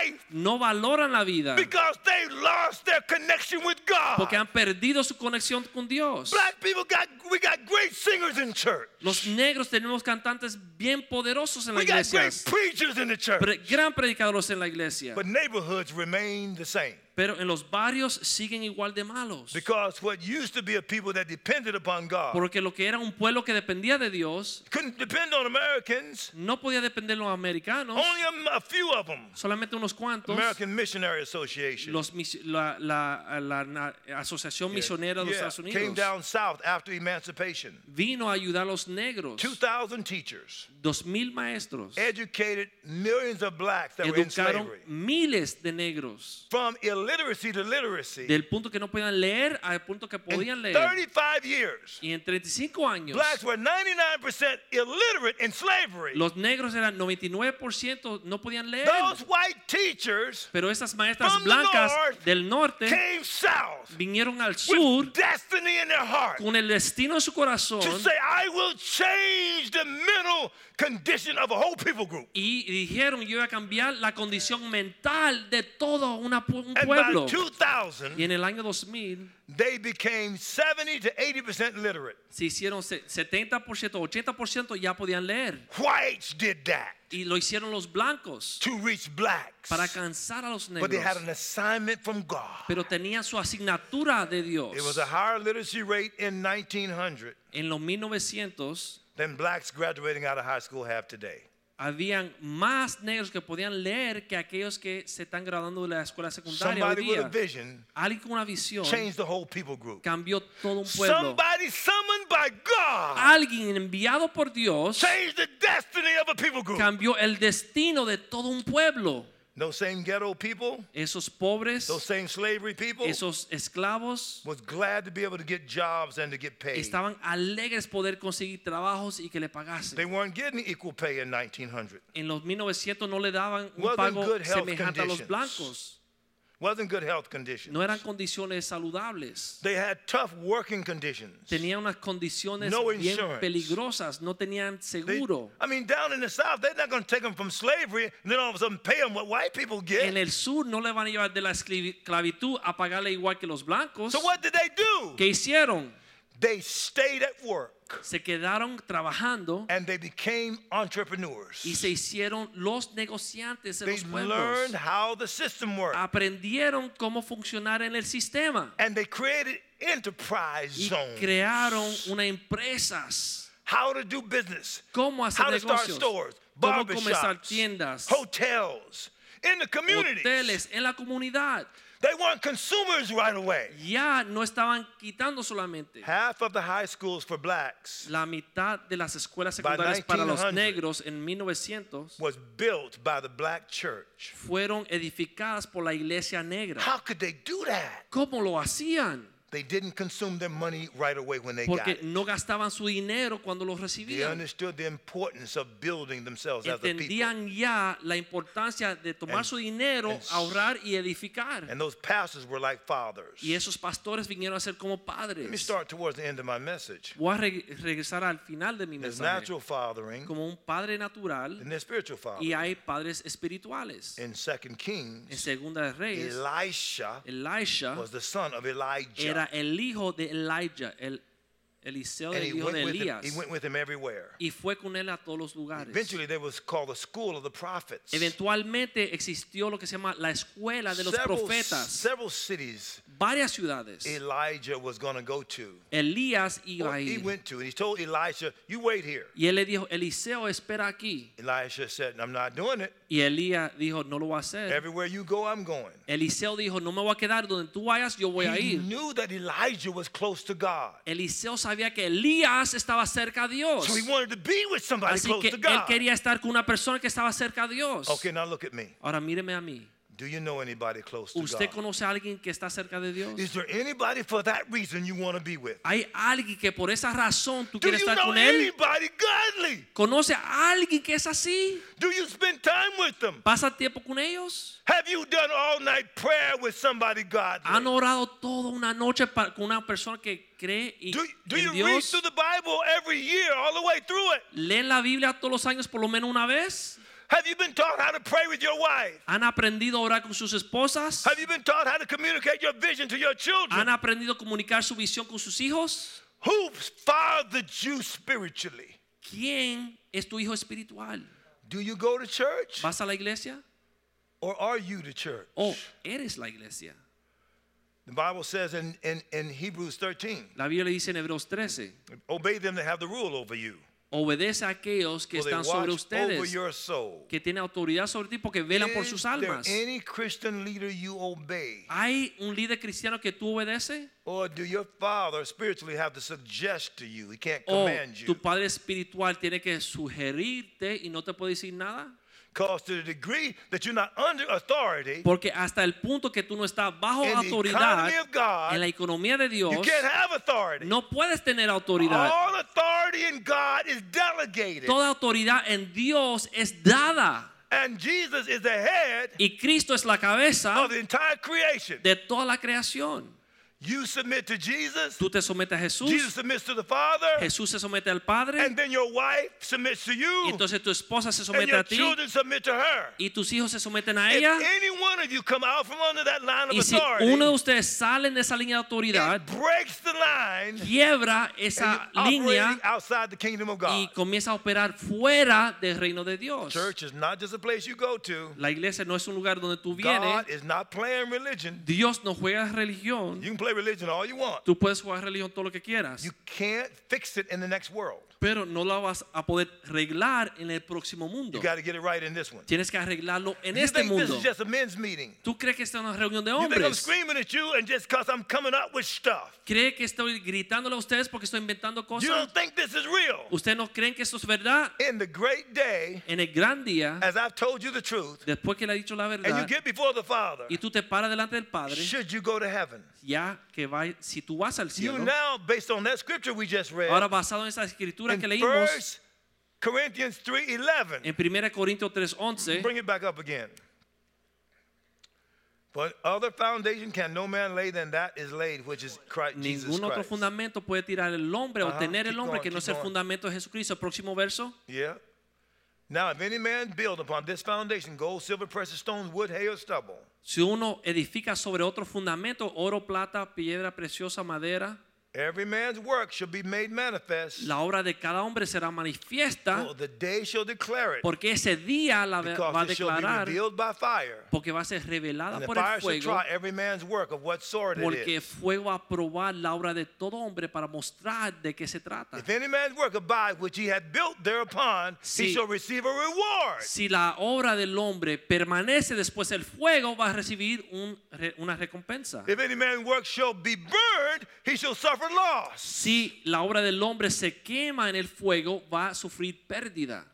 life No valoran la vida because they lost their connection with porque God. han perdido su conexión con Dios. Black people got we got great singers in church. Los negros tenemos cantantes bien poderosos en la We got iglesia, great preachers in the church. pre- gran predicadores en la iglesia, But neighborhoods remain the same pero en los barrios siguen igual de malos. because what used to be a people that depended upon God Porque lo que era un pueblo que dependía de Dios couldn't depend on Americans. no podía depender de los americanos, Only a, a few of them. solamente unos cuantos. American Missionary Association. Los mis- la, la- la- la Asociación Yeah. Misionera de los Yeah. Estados Came Unidos down south after emancipation. vino a ayudar a los negros. 2,000 teachers Dos mil maestros educated millions of blacks that were in educaron slavery. miles de negros. From illiteracy to literacy Del punto que no podían leer al punto que podían in leer. 35 years. Y en 35 años, Blacks were 99% illiterate in slavery. los negros eran 99% no podían leer. Those white teachers Pero esas maestras from the blancas north del norte came south vinieron al sur with destiny in their heart con el destino en su corazón to say, I will change the mental condition of a whole people group. y dijeron yo voy a cambiar la condición mental de todo una pu- un And by pueblo. Y 2000, en el año 2000 they became 70 to 80% literate. se hicieron se- 70%, 80% ya podían leer. Whites did that Y lo hicieron los blancos to reach blacks. para cansar a los But they had negros. an assignment from God. Pero tenían su asignatura de Dios. It was a higher literacy rate in 1900 En los 1900 than blacks graduating out of high school have today. habían más negros que podían leer que aquellos que se están graduando de la escuela secundaria hoy Somebody with a día. vision Alguien con una visión changed the whole people group. cambió todo un pueblo. Ah, Somebody summoned by God Alguien enviado por Dios changed the destiny of a people group. cambió el destino de todo un pueblo. Those same ghetto people, Esos pobres, those same slavery people, esos esclavos was glad to be able to get jobs and to get paid. estaban alegres poder conseguir trabajos y que le They pagasen. weren't getting equal pay in 1900. En los 1900 no le daban un Wasn't pago good health semejante a los conditions. blancos. Wasn't good health conditions. No eran condiciones saludables. They had tough working conditions. Tenían unas condiciones No bien insurance. peligrosas, no tenían They- seguro. I mean, down in the South, they're not going to take them from slavery and then all of a sudden pay them what white people En get. el sur no le van a llevar de la esclavi- esclavitud a pagarle igual que los blancos. So what did they do? ¿Qué hicieron? They stayed at work Se quedaron trabajando and they became entrepreneurs. y se hicieron los negociantes en They los Ah. pueblos. learned how the system worked Aprendieron cómo funcionar en el sistema and they created enterprise y zones. crearon unas empresas. How to do business, Cómo hacer how to start negocios, stores, cómo comenzar barbershops, tiendas, hotels, in the communities. hoteles, en la comunidad. They weren't consumers right away. Ya no estaban quitando solamente Half of the high schools for blacks la mitad de las escuelas secundarias para los 1900. negros en 1900 was built by the black church. fueron edificadas por la iglesia negra. How could they do that? ¿Cómo lo hacían? They didn't consume their money right away when they got Porque it. no gastaban su dinero cuando lo They recibían. understood the importance of building themselves as a people. Entendían ya la importancia de tomar And- su dinero, and- ahorrar y edificar. And those pastors were like fathers. Y esos pastores vinieron a ser como Let me padres. start towards the end of my message. Voy a re- regresar al final de mi There's mensaje. natural fathering Como un padre natural and there's spiritual y fathering. hay padres espirituales. In Second En Kings, Segunda de Reyes, Elisha Elisha was the son of era Elijah. el hijo de Elijah, el Eliseo And del he hijo went, de with him, Elías. he went with him everywhere. y fue con él a todos los lugares. Eventually, there was called the school of the prophets. Eventualmente existió lo que se llama la escuela de los Several, profetas, several cities varias ciudades. Elijah was going to go to. Elías Well, iba a Oh, he ir went to, and he told Elisha, "You wait here." y él le dijo, Eliseo, espera aquí. Elisha said, "I'm not doing it. Y Elías dijo, no lo voy a hacer. Everywhere you go, I'm going." Eliseo dijo, no me voy a quedar donde tú vayas, yo voy a He ir. knew that Elijah was close to God, Eliseo sabía que Elías estaba cerca a Dios. so he wanted to be with somebody Así close que to él God. quería estar con una persona que estaba cerca a Dios. Okay, now look at me. Ahora míreme a mí. Do you know anybody close to ¿Usted God? conoce a alguien que está cerca de Dios? Is there anybody for that reason you want to be with? ¿Hay alguien que por esa razón Do tú quieres you estar know con él? anybody godly? ¿Conoce a alguien que es así? Do you spend time with them? ¿Pasa tiempo con ellos? Have you done all night prayer with somebody godly? ¿Han orado toda una noche pa- con una persona que cree y, Do, do en you read Dios? through the Bible every year, all the way through it? ¿Leen la Biblia todos los años por lo menos una vez? Have you been taught how to pray with your wife? ¿Han aprendido a orar con sus esposas? Have you been taught how to communicate your vision to your ¿Han children? aprendido a comunicar su visión con sus hijos? Who fathered you spiritually? ¿Quién es tu hijo espiritual? Do you go to church ¿Vas a la iglesia? or are you the church? ¿O eres la iglesia? The Bible says in, in, in Hebrews 13, La Biblia dice en Hebreos 13, obey them that have the rule over you. obedece a aquellos que for they están sobre watch over ustedes, your soul. que tienen autoridad sobre ti porque velan por Is sus there almas. any Christian leader you obey? ¿Hay un líder cristiano que tú obedeces? Or do your father spiritually have to suggest to you? He can't ¿O command you. Oh, tu padre espiritual tiene que sugerirte y no te puede decir nada? Because to the degree that you're not under authority, Porque hasta el punto que tú no estás bajo In the autoridad economy of God, en la economía de Dios, you can't have Oh, authority. no puedes tener autoridad. All authority in God is delegated. Toda autoridad en Dios es dada. And Jesus is the head Y Cristo es la cabeza of Oh, the entire creation. de toda la creación. You submit to Jesus, Tú te sometes a Jesús, Jesus submits to the Father, Jesús se somete al Padre, and then your wife submits to y you, entonces tu esposa se and somete your a ti, children submit to her. y tus hijos se someten a If ella. any one of you come out from under that line of Y si authority, uno de ustedes sale de esa línea de autoridad, it breaks the line quiebra esa and you're línea operating outside the kingdom of God. y comienza a operar fuera del reino de Dios. Church is not just a place you go to. La iglesia no es un lugar donde tú vienes. God is not playing religion. Dios no juega religión. You can play religion all you want. Tú puedes jugar religión todo lo que quieras, You can't fix it in the next world. pero no la vas a poder arreglar en el próximo mundo. You got to get it right in this one. Tienes que arreglarlo en you este think this mundo. is just a men's meeting? ¿Tú crees que esta es una reunión de You think I'm hombres? screaming at you and just because I'm coming up with stuff? ¿Cree que estoy gritándole a ustedes porque estoy inventando You cosas? don't think this is real? ¿Ustedes no creen que esto es verdad? In the great day, En el gran día, as I've told you the truth, después que le ha dicho la and you verdad, get before the Father, y tú te paras delante del Padre, should you go to heaven? ya que va, si tú vas al You cielo, now, based on that scripture we just read, ahora basado en esa escritura in que 1 leímos, Corinthians 3.11, en 1 Corintios 3:11, bring it back up again. But other foundation can no man lay than that is laid, which is Christ, Jesus ningún otro Christ. fundamento puede tirar el hombre o Ajá, tener el keep hombre going, que no keep es el going. fundamento de Jesucristo. El próximo verso. Yeah. Now, if any man build upon this foundation gold, silver, precious stones, wood, hay, or stubble, Si uno edifica sobre otro fundamento, oro, plata, piedra preciosa, madera, every man's work shall be made manifest, la obra de cada hombre será manifiesta, for the day shall declare it, porque ese día la ve- va a Oh, because it shall be declarar, revealed by fire, porque va a ser revelada and the por el fire shall fuego, try every man's work of what sort it porque is. fuego va a probar la obra de todo hombre para mostrar de qué se trata. If any man's work abide which he hath built thereupon, he Si- shall receive a reward. Si la obra del hombre permanece después del fuego, va a recibir un re- una recompensa. If any man's work shall be burned, he shall suffer loss. Si la obra del hombre se quema en el fuego, va a sufrir pérdida.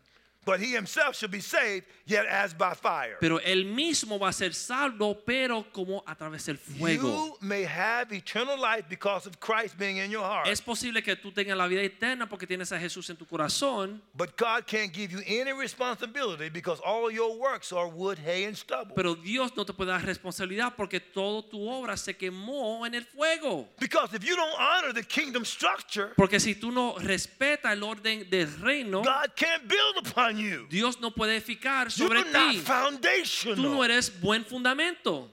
But he himself shall be saved, yet as by fire. Pero él mismo va a ser salvo, pero como a través del fuego. You may have eternal life because of Christ being in your heart. Es posible que tú tengas la vida eterna porque tienes a Jesús en tu corazón, But God can't give you any responsibility because all your works are wood, hay, and stubble. pero Dios no te puede dar responsabilidad porque toda tu obra se quemó en el fuego. Because if you don't honor the kingdom structure, Porque si tú no respetas el orden del reino, God can't build upon you. Dios no puede edificar sobre You're not ti. Tú no foundational. eres buen fundamento.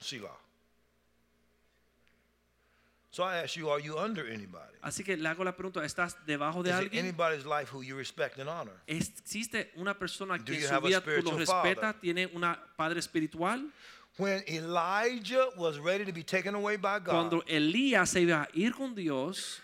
Selah. So I ask you, are you under anybody? Así que le hago la pregunta, ¿estás debajo Is de it alguien? anybody's life who you respect and honor? ¿Existe una persona Do que en you su have a vida tú lo spiritual father? respetas? ¿Tiene una padre espiritual? When Elijah was ready to be taken away by God, Cuando Elías se iba a ir con Dios,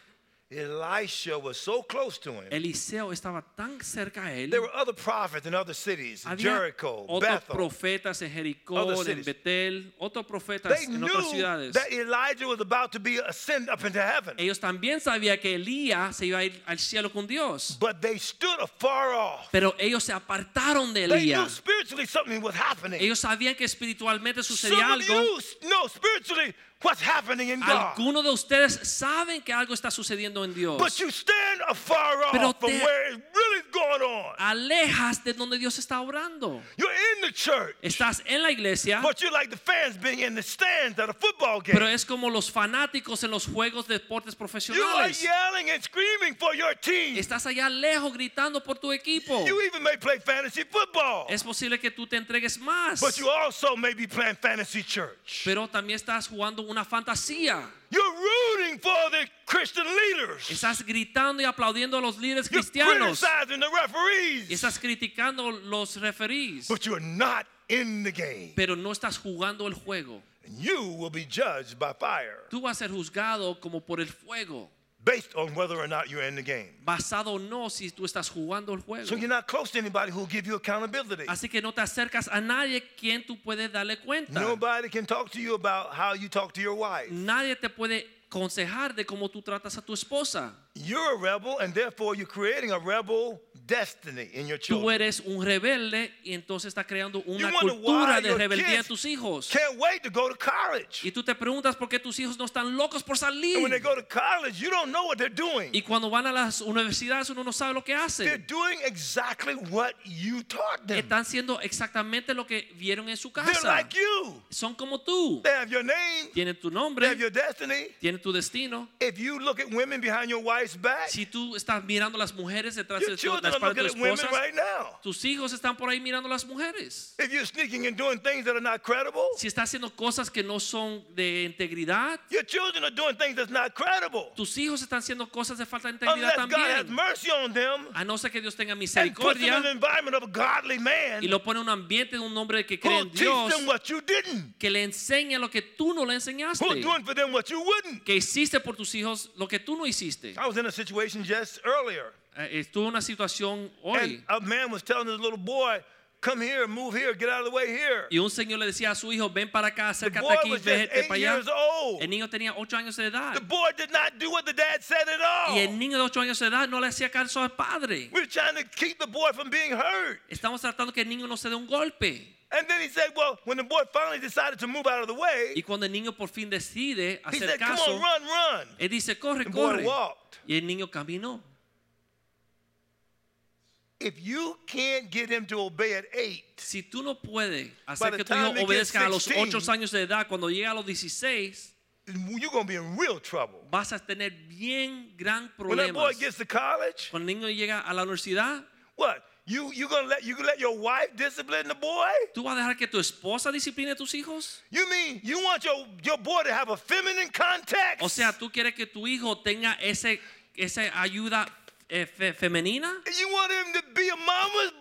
Elisha was so close to him. Eliseo estaba tan cerca a él. There were other prophets in other cities, Había Jericho, otros Bethel. profetas en other Jericó, en cities. Betel, otros profetas They en otras knew ciudades. that Elijah was about to be ascended up into heaven, Ellos también sabían que Elías se iba a ir al cielo con Dios. but they stood afar off. Pero ellos se apartaron de They knew Elías. spiritually something was happening. Ellos sabían que espiritualmente Some sucedía of algo. you know spiritually what's happening in God, Algunos de ustedes saben que algo está sucediendo en but Dios. you stand afar Pero off from te- Ah. where it's really going on. Alejas de donde Dios está orando. You're in the church, Estás en la iglesia, but you're like the fans being in the stands at a football game. pero es como los fanáticos en los juegos de deportes You are profesionales. yelling and screaming for your team. Estás allá lejos gritando por tu equipo. You even may play fantasy football, Es posible que tú te entregues más, but you also may be playing fantasy church. pero también estás jugando una fantasía. You're rooting for the Christian leaders. Estás gritando y aplaudiendo a los líderes You're cristianos. criticizing the Y referees, estás criticando los referees, but you're not in the game. pero no estás jugando el juego. And you will be judged by fire Tú vas a ser juzgado como por el fuego, based on whether or not you're in the game. basado o no si tú estás jugando el juego. So you're not close to anybody who'll give you accountability. Así que no te acercas a nadie quien tú puedes darle cuenta. Nobody can talk to you about how you talk to your wife. Nadie te puede aconsejar de cómo tú tratas a tu esposa. You're a rebel, and therefore you're creating a rebel destiny in your Tú children. eres un rebelde y entonces está creando una wonder cultura why de your rebeldía en kids tus hijos. Can't wait to go to college. Y tú te preguntas por qué tus hijos no están locos por And when they salir. go to college, you don't know what they're doing. Y cuando van a las universidades uno no sabe lo que They're hacen. doing exactly what you taught them. Están siendo exactamente lo que vieron en su They're casa. like you. Son como tú. They have your name, Tienen tu they have your nombre, destiny. tienen tu destino. If you look at women behind your wife's back, Si tú estás mirando a las mujeres detrás your de tu- la children are looking espalda de at tu women esposa, right now. tus hijos están por ahí mirando a las mujeres. If you're sneaking and doing things that are not credible, Si estás haciendo cosas que no son de integridad, your children are doing things that's not credible. tus hijos están haciendo cosas de falta de integridad Unless Oh, God has también. mercy on them A no ser que Dios tenga and puts them in the misericordia environment of a godly man y who lo pone en un ambiente de un hombre que cree en teach Dios, them what you didn't, que le enseña lo que tú no le enseñaste, who's doing for them what you wouldn't. que hiciste por tus hijos lo que tú no hiciste. I was in a situation just earlier, Eh, Estuve en una situación and hoy a man was telling his little boy, "Come here, move here, get out of the way here." y un señor le decía a su hijo, ven para acá, The acércate boy aquí, was just vete eight para allá. years old. El niño tenía 8 años de edad The boy did not do what the dad said at all. y el niño de 8 años de edad no le hacía caso al padre. We're trying to keep the boy from being hurt. Estamos tratando que el niño no se dé un golpe. And then he said, "Well, when the boy finally decided to move out of the Y way, cuando el niño por fin decide he hacer said, "Come on, caso, run, run." él dice, corre, The boy corre. walked. Y el niño caminó. If you can't get him to obey at eight, Si tú no puedes hacer the que tu time hijo he gets obedezca a los 16, 8 años de edad, cuando llega a los 16, you're gonna be in real trouble. vas a tener bien gran When that boy problema. gets to college, Cuando el niño llega a la universidad, what? You you gonna let you gonna let your wife discipline the boy? ¿tú vas a dejar que tu esposa discipline a tus hijos? You mean you want your your boy to have a feminine context? O sea, ¿tú quieres que tu hijo tenga ese, esa ayuda eh, fe- femenina? And you want him to be a mama's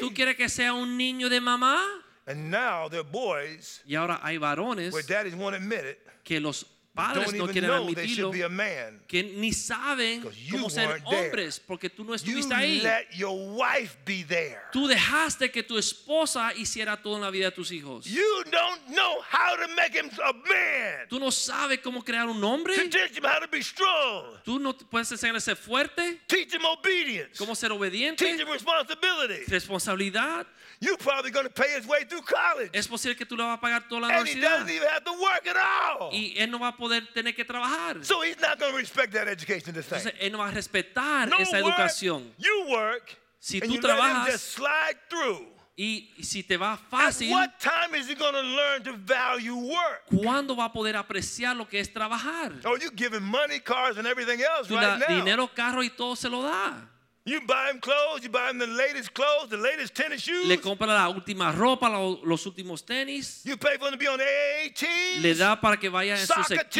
¿Tú boy? quieres que sea un niño de mamá? And now there are boys Y ahora hay varones where daddies won't admit it, que los don't padres no even quieren know they admitirlo. should be a man. que ni saben 'Cause you cómo ser weren't there. hombres porque tú no You estuviste ahí. let your wife be there. Tú dejaste que tu esposa hiciera todo en la vida de tus hijos. You don't know how to make him a man. Tú no sabes cómo crear un hombre. To teach him how to be strong. Tú no te puedes enseñar a ser fuerte, Teach him obedience. cómo ser Teach obediente, him responsibility. responsabilidad. You're probably going to pay his way through college. Es posible que tú le vas a pagar toda la And he universidad doesn't even have to work at all. y él no va a poder tener que trabajar. So he's not going to respect that education this thing. Entonces él no va a respetar No esa work, educación. you work, Si and tú you let him trabajas, Ah, just slide through. Y y si te va At fácil, what time is he going to learn to value work? ¿cuándo va a poder apreciar lo que es trabajar? Oh, you giving money, cars, and everything else Tú right da now. dinero, carro y todo se lo da. You buy him clothes, you buy him the latest clothes, the latest tennis shoes. Le compra la última ropa, lo- los últimos tenis. you pay for him to be on AA teams, Le da para que vaya en sus soccer equipos,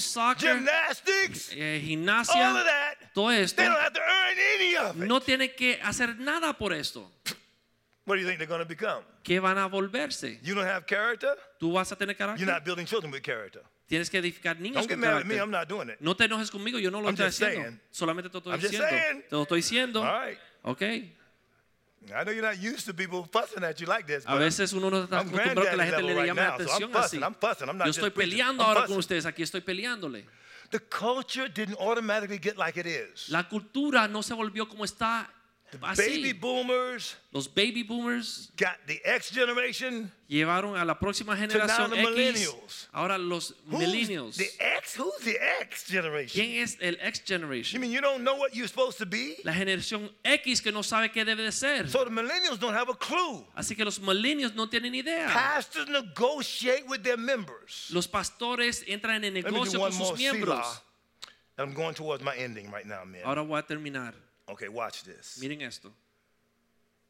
teams, soccer, gymnastics, eh, all of gimnasia, that. todo esto. They don't have to earn any of it. No tiene que hacer nada por esto. What do you think they're going to become? ¿Qué van a volverse? You don't have character? Tú vas a tener You're carácter. not building children with character. Tienes que edificar niños Don't con get mad at me. carácter. I'm not doing it. No te enojes conmigo, yo no lo I'm estoy just haciendo. saying. Solamente te lo estoy I'm just diciendo. saying. Te lo estoy diciendo. All right. Ok. I know you're not used to people fussing at you like this, A but veces uno no está I'm acostumbrado que la granddaddy gente le level llame la right now, so I'm atención fussing, así. I'm fussing, I'm not Yo just estoy preaching, I'm peleando ahora con fussing. ustedes, aquí estoy peleándole. the culture didn't automatically get like it is. La cultura no se volvió como está Baby así. boomers Los baby boomers got the X generation. llevaron a la próxima generación the X. millennials. Ahora los Who's millennials. The X? Who's the X generation? ¿Quién es el X You generation? mean you don't know what you're supposed to be? La generación X que no sabe qué debe de ser. So the millennials don't have a clue. Así que los millennials no tienen idea. Pastors negotiate with their members. Los pastores entran Let en me do negocio one con more sus miembros. Selah. And I'm going towards my ending right now, man. Ahora voy a terminar. Okay, watch this. Miren esto.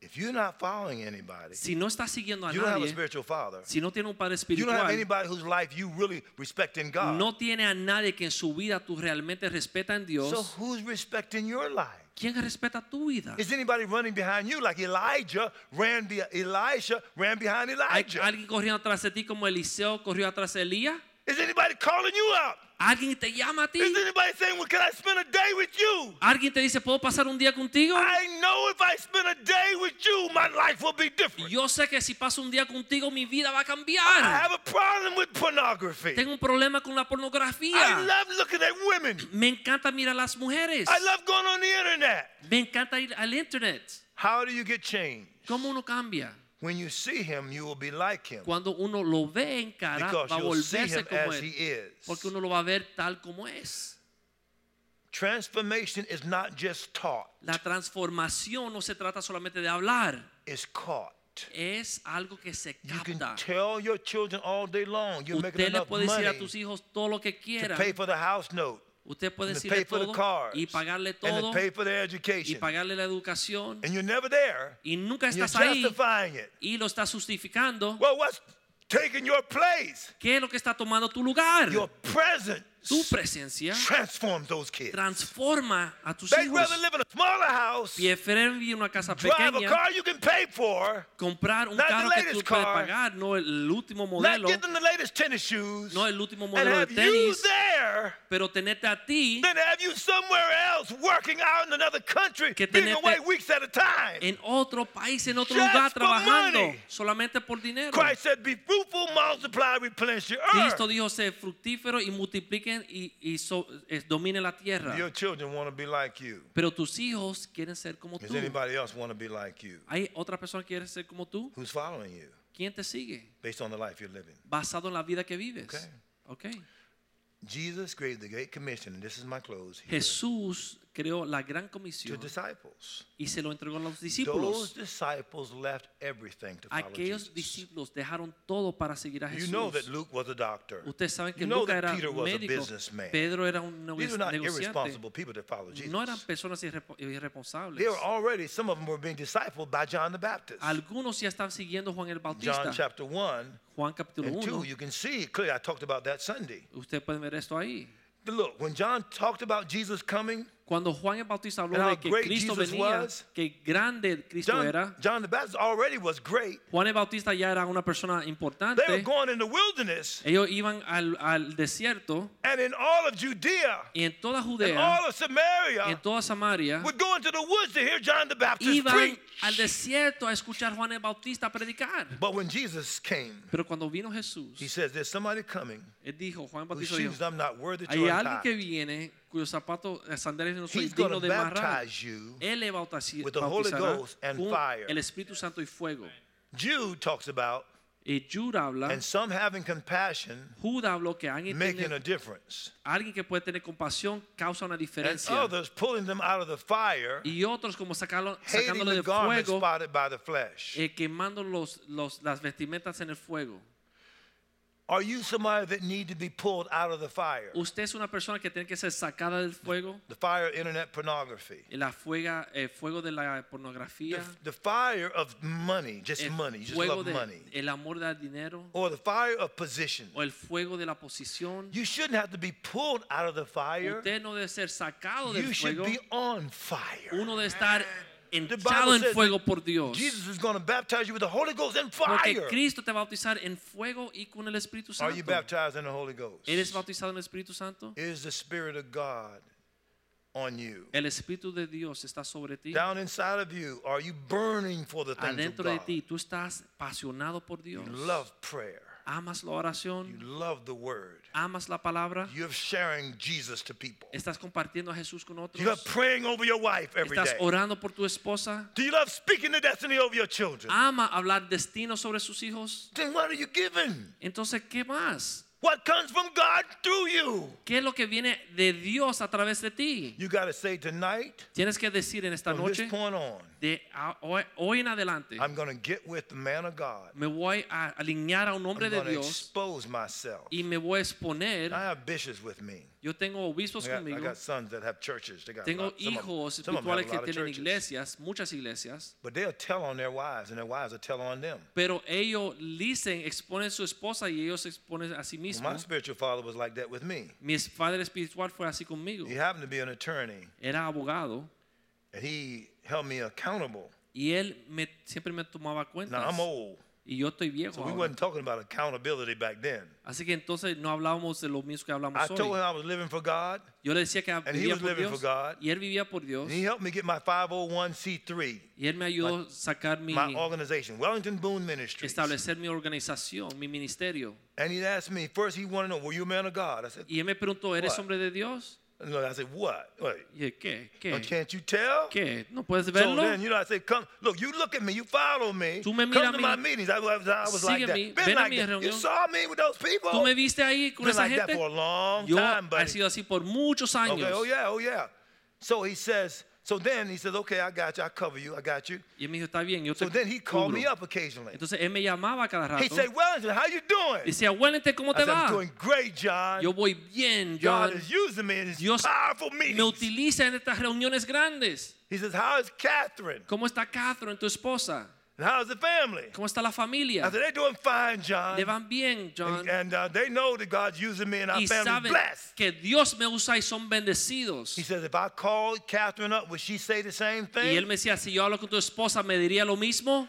If you're not following anybody, Si no estás siguiendo a you don't have a nadie, spiritual father. si no tiene un padre You don't have espiritual, anybody whose life you really respect in God. no tiene a nadie que en su vida tú realmente respeta So en Dios, who's respecting your life? ¿quién respeta tu vida? Is anybody running behind you like Elijah ran be- Elisha ran behind ¿Hay Elijah? alguien corriendo atrás de ti como Eliseo corrió atrás de Elías? Is anybody calling you out? ¿Alguien te llama a ti? Is anybody saying, "Well, can I spend a day with you?" ¿Alguien te dice, ¿puedo pasar un día contigo? I know if I spend a day with you, my life will be different. Yo sé que si paso un día contigo, mi vida va a I cambiar. have a problem with pornography. Tengo un problema con la I pornografía. love looking at women. Me encanta mirar a las mujeres. I love going on the internet. Me encanta ir al internet. How do you get changed? ¿Cómo uno cambia? When you see him, you will be like him Cuando uno lo ve en cara, because va a you'll see him volverse como as he él. Porque is. uno lo va a ver tal como es. Transformation is not just taught, La transformación no se trata solamente de hablar. it's caught. Es algo que se You can capta. tell your children all day long you're making Usted le enough puede decir a money tus hijos todo lo que to quiera. pay for the house note, Usted puede and to pay decirle for the todo cars, y pagarle and to todo pay for their y education. pagarle la educación And you're never there. y nunca You're estás ahí justifying it. y lo estás justificando. Well, what's taking your place? ¿Qué es lo que está tomando tu lugar? Your presence Tu presencia transforms those kids. transforma a tus They'd hijos. rather live in a smaller house, Prefieren vivir en una casa drive a pequeña, car you can pay for, comprar un not the carro que tú latest puedes car, pagar, no el último not modelo, get them the latest tennis shoes, no el último and modelo de have you tenis, there, pero tenerte a ti then have you somewhere else working out in another country, Que being tenerte away weeks at a time. en otro país, en otro Just lugar, for trabajando money. solamente por dinero. Christ said, Be fruitful, multiply, replenish the Cristo earth. dijo, se fructíferos y multipliquen y, y so- eh, dominen la tierra. Your children want to be like you. Pero tus hijos quieren ser como Does tú. anybody else want to be like you? ¿Hay otra persona que quiere ser como tú? Who's following you ¿Quién te sigue? based on the life you're living? Basado en la vida que vives. Ok. Jesus gave the Great Commission, and this is my close here, Jesús creó la gran to comisión disciples. y se lo entregó a los Those discípulos. disciples left everything to follow Aquellos Jesus. discípulos dejaron todo para seguir a You know that Jesús. Luke was a doctor. Ustedes saben que you know Lucas that era Peter un was a médico. businessman. Pedro era un These were negoci- not negociante. irresponsible people that followed Jesus. No eran personas irrepo- irresponsables. They were already, some of them were being discipled by John the Baptist. Algunos ya están siguiendo Juan el John Bautista. chapter 1 Juan capítulo and 2, 1. you can see clearly, I talked about that Sunday. Ustedes pueden ver esto ahí. Look, when John talked about Jesus coming, Cuando Juan el Bautista habló And de how que great Cristo Jesus venía, was, que grande Cristo John, era, John the Baptist already was great. Juan el Bautista ya era una persona They were importante. going in the wilderness Ellos iban al, al desierto and in all of Judea y en toda and Judea, all of Samaria en toda Samaria, would go into the woods to hear John the Baptist iban preach. al desierto a escuchar a Juan el Bautista predicar. But when Jesus came, Pero cuando vino he Jesús, says, There's somebody coming él dijo, Juan el whose Bautista shoes dijo, I'm Pues not worthy to hay alguien que untie. viene cuyos zapatos, eh, sandalias no soy He's going digno to de amarrar. baptize you. Él le bautaci- with the Holy bautizará Ghost and con fire. el Espíritu Santo y fuego. Jude talks about, Y Judas habla, and some having compassion, Judas habló que alguien, making Ah. tiene- a difference, alguien que puede tener compasión causa una and diferencia. others pulling them out of the fire, Y otros como sacarlo, hating sacándole the de garment fuego spotted by the flesh. eh, quemando los, los- las vestimentas en el fuego. Are you somebody that need to be pulled out of the fire? Usted es una persona que tiene que ser sacada del fuego, The fire of internet pornography. el fuego, fuego de la The, pornografía, the fire of money, just el money. You just fuego love de- money. el amor del dinero Or the fire of position. o el fuego de la posición. You shouldn't have to be pulled out of the fire. Usted no debe ser sacado You del should fuego, be on fire. uno debe estar The hinchado Bible en says fuego por Dios. Jesus is going to baptize you with the Holy Ghost and Porque fire. Cristo te va a bautizar en fuego y con el Espíritu Are you Santo. baptized in the Holy Ghost? ¿Eres bautizado en el Espíritu Santo? Is the Spirit of God on you? El Espíritu de Dios está sobre ti. Down inside of you, are you burning for the things of Adentro de God? ti, tú estás apasionado por You Dios. love prayer. Amas la You oración, love the Word. amas la palabra, You're sharing Jesus to people. estás compartiendo a Jesús con You otros, love praying over your wife every estás day. orando por tu esposa, Do you love speaking the destiny over your children? ama hablar destino sobre sus hijos. Then what are you giving? Entonces, ¿qué más? What comes from God through you? ¿Qué es lo que viene de Dios a través de ti? You got to say tonight, Tienes que decir en esta from this noche, point on, de a- hoy, hoy en adelante, I'm going to get with the man of God. me voy a alinear a un I'm hombre de going to Dios expose myself. y me voy a exponer. I have bishops with me. Yo tengo obispos I got, I conmigo. got sons that have churches. They got a Tengo lot- some of 'em- hijos some of 'em have a espirituales que lot of tienen churches. iglesias, muchas iglesias, But they'll tell on their wives, and their wives will tell on them. pero ellos dicen, exponen su esposa y ellos exponen a sí My mismos. spiritual father was like that with me. Mi es- padre espiritual fue así conmigo. He happened to be an attorney, Era abogado and he held me accountable. y él me, siempre me tomaba Now cuentas. I'm old, Y yo estoy viejo. so we ahora. wasn't talking about accountability back then. Así que entonces no hablábamos de lo mismo que I hablamos told him hoy. I was living for God, Yo le decía que he vivía was por living Dios for God. y él vivía por Dios and he helped me get my 501c3, y él me ayudó a sacar mi my organization, Wellington Boone Ministries. establecer mi organización, mi ministerio. And he asked me first. He wanted to know, "Were you a man of God?" I said, Y él me preguntó, ¿eres What? hombre de Dios? "No." I said, "What? Wait, Y dije, ¿qué? ¿Qué? oh, can't you tell?" ¿Qué? ¿No puedes So verlo? then, you know, I said, "Come, look. You look at me. You follow me. Tú me mira Come to a my mí. meetings. I was, I was like that. Sígueme. Been Ven a like mis that. You reuniones. saw me with those people. ¿Tú me viste ahí con Been esa like that gente? for a long Yo time, he buddy. sido así por muchos años. Okay, oh yeah, oh yeah. So he says, so then he says, okay, I got you, I cover you, I got you. Y él me dijo, está bien, yo te So then he called cubro". me up occasionally. Entonces él me llamaba cada rato. He said, Wellington, how you doing? Decía, Wellington, ¿cómo I te said, I'm va? doing great, John. Yo voy bien, God John. is using me in his Dios powerful me meetings. utiliza en estas reuniones grandes. He says, how is Catherine? ¿Cómo está Catherine, tu esposa? And how's the family? ¿Cómo está la I familia? said, they're doing fine, John. Le van bien, John. And, and, uh, they know that God's using me and our Y family's saben blessed. que Dios me usa y son bendecidos. He Y says, if I called Catherine up, would she say the same thing? él me decía, si yo hablo con tu esposa, ¿me diría lo mismo?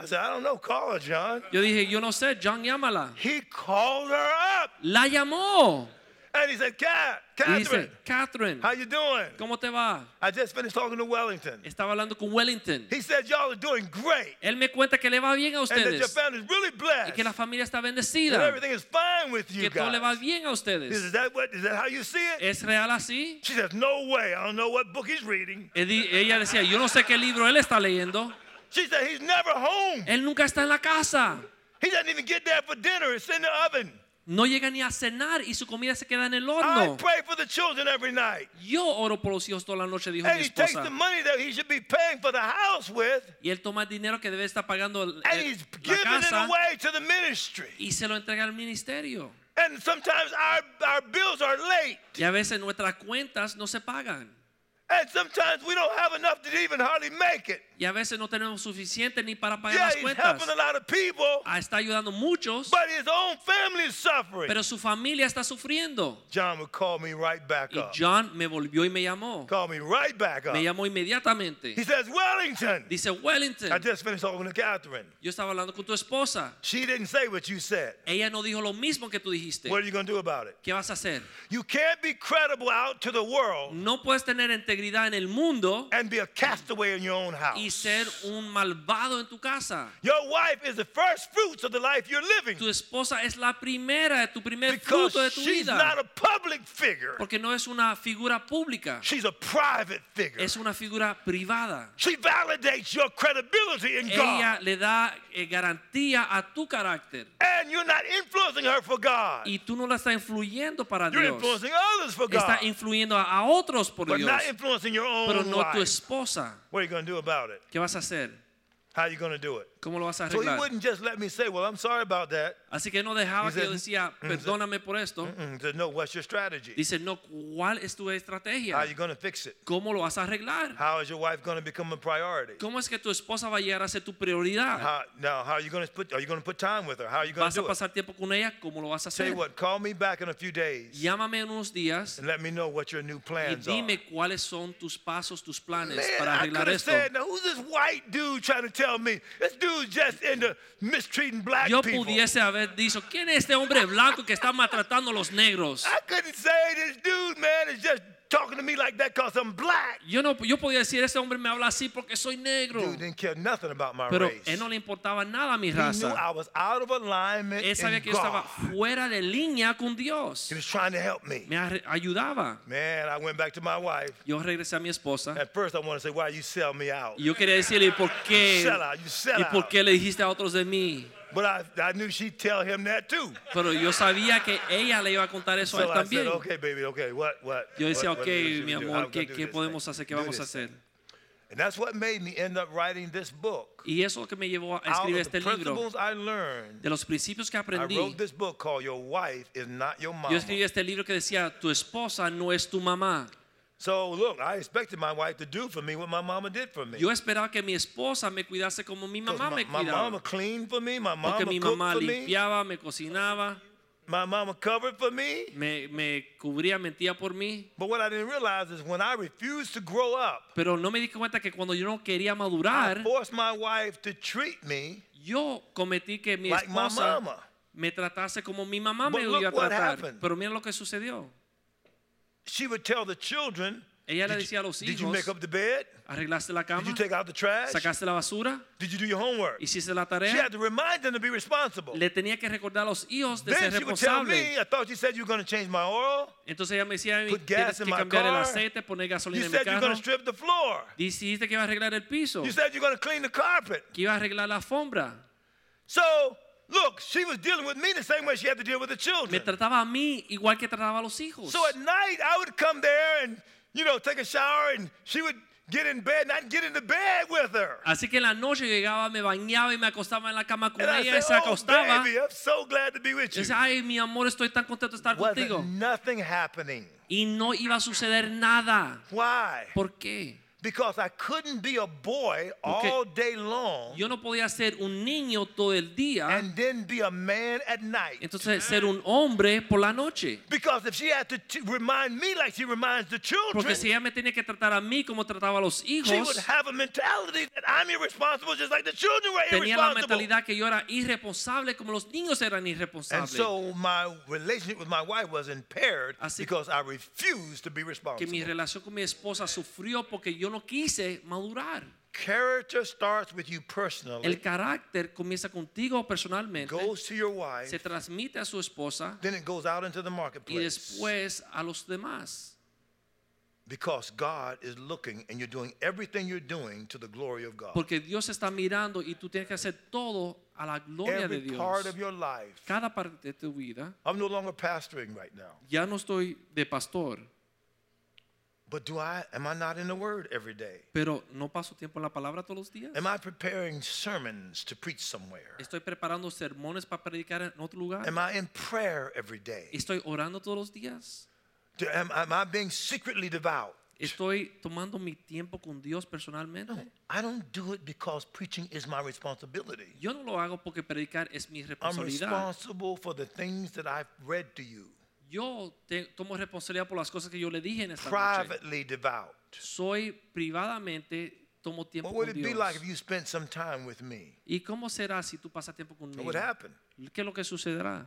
I said, I don't know. Call her, John. Yo dije, yo no sé, John, llámala. He called her up La llamó. and he said, Cat, Y Catherine, dice, Catherine, how you doing? ¿cómo te va? I just finished talking to Wellington. Estaba hablando con Wellington. He said, y'all are doing great Él me cuenta que le va bien a and that your ustedes family's really y blessed que la familia está and bendecida, everything is fine with you que todo le va guys. bien a He says, ustedes. Is that, what, is that how you see it? ¿Es real así? She says, no way. I don't know what book he's reading. Él di- Ella decía, yo no sé qué libro él está leyendo. She said, he's never home. Él nunca está en la casa. He doesn't even get there for dinner. It's in the oven. No llega ni a cenar y su comida se queda en el I horno. pray for the children every night. Yo oro por los hijos toda la noche, dijo mi And he takes the esposa. money that he should be paying for the house with Y él toma el dinero que debe estar pagando el- and el- he's la giving it casa away to the ministry. y se lo entrega al ministerio. And sometimes our, our bills are late. Y a veces nuestras cuentas no se pagan. And sometimes we don't have enough to even hardly make it. Y a veces no tenemos suficiente ni para pagar Yeah, las he's cuentas. helping a lot of people, Ah, Está ayudando muchos, but his own family is suffering. pero su familia está sufriendo. John would call me right back Y up. John me volvió y me llamó. Call me right back up. Me llamó He inmediatamente. says, Wellington, Dice, I Wellington, just finished talking to Catherine. yo estaba hablando con tu esposa. She didn't say what you said. Ella no dijo lo mismo que tú dijiste. What are you going to do about it? ¿Qué vas a hacer? You can't be credible out to the world No puedes tener integridad en el mundo and be a castaway in your own y house. ser un malvado en tu casa. Your wife is the first fruits of the life you're living Tu esposa es la primera, tu primer because fruto de tu she's not vida. a public figure. Porque no es una figura pública, She's a private figure. es una figura privada. She validates your credibility in Ella God. le da eh, garantía a tu carácter. And you're not influencing her for God. Y tú no la estás influyendo para You're Dios. influencing others for God. Está influyendo a, a otros por But Dios. not influencing your Pero own no life. tu esposa. What are you going to do about it? ¿Qué vas a hacer? How are you going to do it? ¿Cómo lo vas a So he arreglar? wouldn't just let me say, Well, I'm sorry about that. Así que no dejaba He que yo said, decía, perdóname por esto. Mm, he said, No, what's your strategy? Dice, no, ¿cuál es tu How are you estrategia? going to fix it? ¿Cómo lo vas a arreglar? How is your wife going to become a priority? ¿Cómo es que tu esposa va a llegar a ser tu prioridad? How, now, how are you going to put? Are you going to put time with her? How are you going to ¿Vas a do it? pasar tiempo con ella? ¿Cómo lo vas a Tell hacer? you what, call me back in a few days Llámame en unos días and let me know what your new y plans are. dime cuáles son tus pasos, tus planes Man, para I could arreglar have esto. said, now who's this white dude trying to tell me? This dude's just into mistreating black Yo people. pudiese haber dicho, ¿quién es este hombre blanco que está maltratando a los negros? I couldn't say this dude, man, is just talking to me like that because I'm black. Yo no, yo podía decir, ese hombre me habla así porque soy negro. Dude didn't care nothing about my Pero race. él no le importaba nada a mi he knew raza. I was out of alignment Él sabía in que yo estaba God. fuera de línea con Dios. He was trying to help me. Me arre- ayudaba. Man, I went back to my wife. Yo regresé a mi esposa At first, I want to say, why you sell me out? y yo quería decirle, ¿por qué? sell out, you sell ¿Y out. por qué le dijiste a otros de mí? But I, I knew she'd tell him that too. Pero yo sabía que ella le iba a contar eso a So él I said, también. okay, baby, okay, what, what? Yo decía, what- what ok, do we do? mi How we gonna amor, ¿qué, do qué this podemos thing? hacer? ¿Qué Do vamos a this hacer? thing." And that's what made me end up writing this book. Y eso es lo que me llevó a Out of escribir este the libro. principles I learned, De los principios que I aprendí, wrote this book called Your Wife Is Not Your yo Mama. escribí este libro que decía, tu esposa no es tu mamá. So look, I expected my wife to do for me what my mama did for me. Yo esperaba que mi esposa me cuidase como mi 'Cause mamá my, me my mama cuidaba. cleaned for me, my mama Porque mi mamá cooked for me, limpiaba, me cocinaba, my mama covered for me. me, me cubría, mentía por mí. But what I didn't realize is when I refused to grow up, Pero no me di cuenta que cuando yo no quería I madurar, forced my wife to treat me yo cometí que mi like my esposa mama. me tratase como mi mamá me But look iba a what tratar. happened. Pero mira lo que sucedió. She would tell the children, Ella le "Did decía a los you- Did you hijos, make up the bed? Arreglaste la Did you cama, take out the trash? sacaste la basura, Did you do your homework? hiciste la She tarea. had to remind them to be responsible. Le tenía que recordar a los hijos de Then ser she would tell responsable. me, I thought you said you were going to change my oil. Entonces ella me decía, Put tienes gas que in my cambiar el car. aceite, poner gasolina You en mi said you were going carro. to strip the floor. Dijiste que iba a arreglar el piso, You said you were going to clean the carpet. que iba a arreglar la alfombra. So, look, she was dealing with me the same way she had to deal with the Me children. trataba a mí igual que trataba a los hijos. So at night, I would come there and, you know, take a shower, and she would get in bed, and I'd get into bed with her. Así que en la noche llegaba, me bañaba y me acostaba en la cama con And I ella y se said, oh, acostaba. baby, I'm so glad to be with Yo you. decía, ay, mi amor, estoy tan contento de estar contigo. Wasn't nothing happening. Y no iba a suceder nada. Why? ¿Por qué? Because I couldn't be a boy Porque all day long Yo no podía ser un niño todo el día, and then be a man at night. entonces ser un hombre por la noche. Because if she had to t- remind me like she reminds the children, Porque si ella me tenía que tratar a mí como trataba a los she would hijos, have a mentality that I'm irresponsible just like the children were tenía la irresponsible. mentalidad que yo era irresponsable como los niños And eran irresponsables. so my relationship with my wife was impaired Así- because I refused to be que mi responsible. relación con mi esposa sufrió porque yo no quise madurar. Character starts with you El personally, carácter comienza contigo personalmente, goes to your wife, se transmite a su esposa then it goes out into the y marketplace. después a los demás. Because God is looking and you're doing everything you're doing to the glory of God. Porque Dios está mirando y tú tienes que hacer todo a la gloria Every de Dios. part of your life. Cada parte de tu vida. I'm no longer pastoring right now. Ya no estoy de pastor, But do I am I not in the word every day? pero no paso tiempo en la palabra todos los días. Am I preparing sermons to preach somewhere? Estoy preparando sermones para predicar en otro lugar. Am I in prayer every day? Estoy orando todos los días. Do- am, am I being secretly devout? Estoy tomando mi tiempo con Dios personalmente. I don't do it because preaching is my responsibility. Yo no lo hago porque predicar es mi I'm responsabilidad. responsible for the things that I've read to you. Yo te- tomo responsabilidad por las cosas que yo le dije en esta noche. Privately devout. Soy privadamente tomo tiempo What would con it be like Dios. if you spent some time with me? ¿Y cómo será si tú pasas tiempo What conmigo? would happen? ¿Qué es lo que sucederá?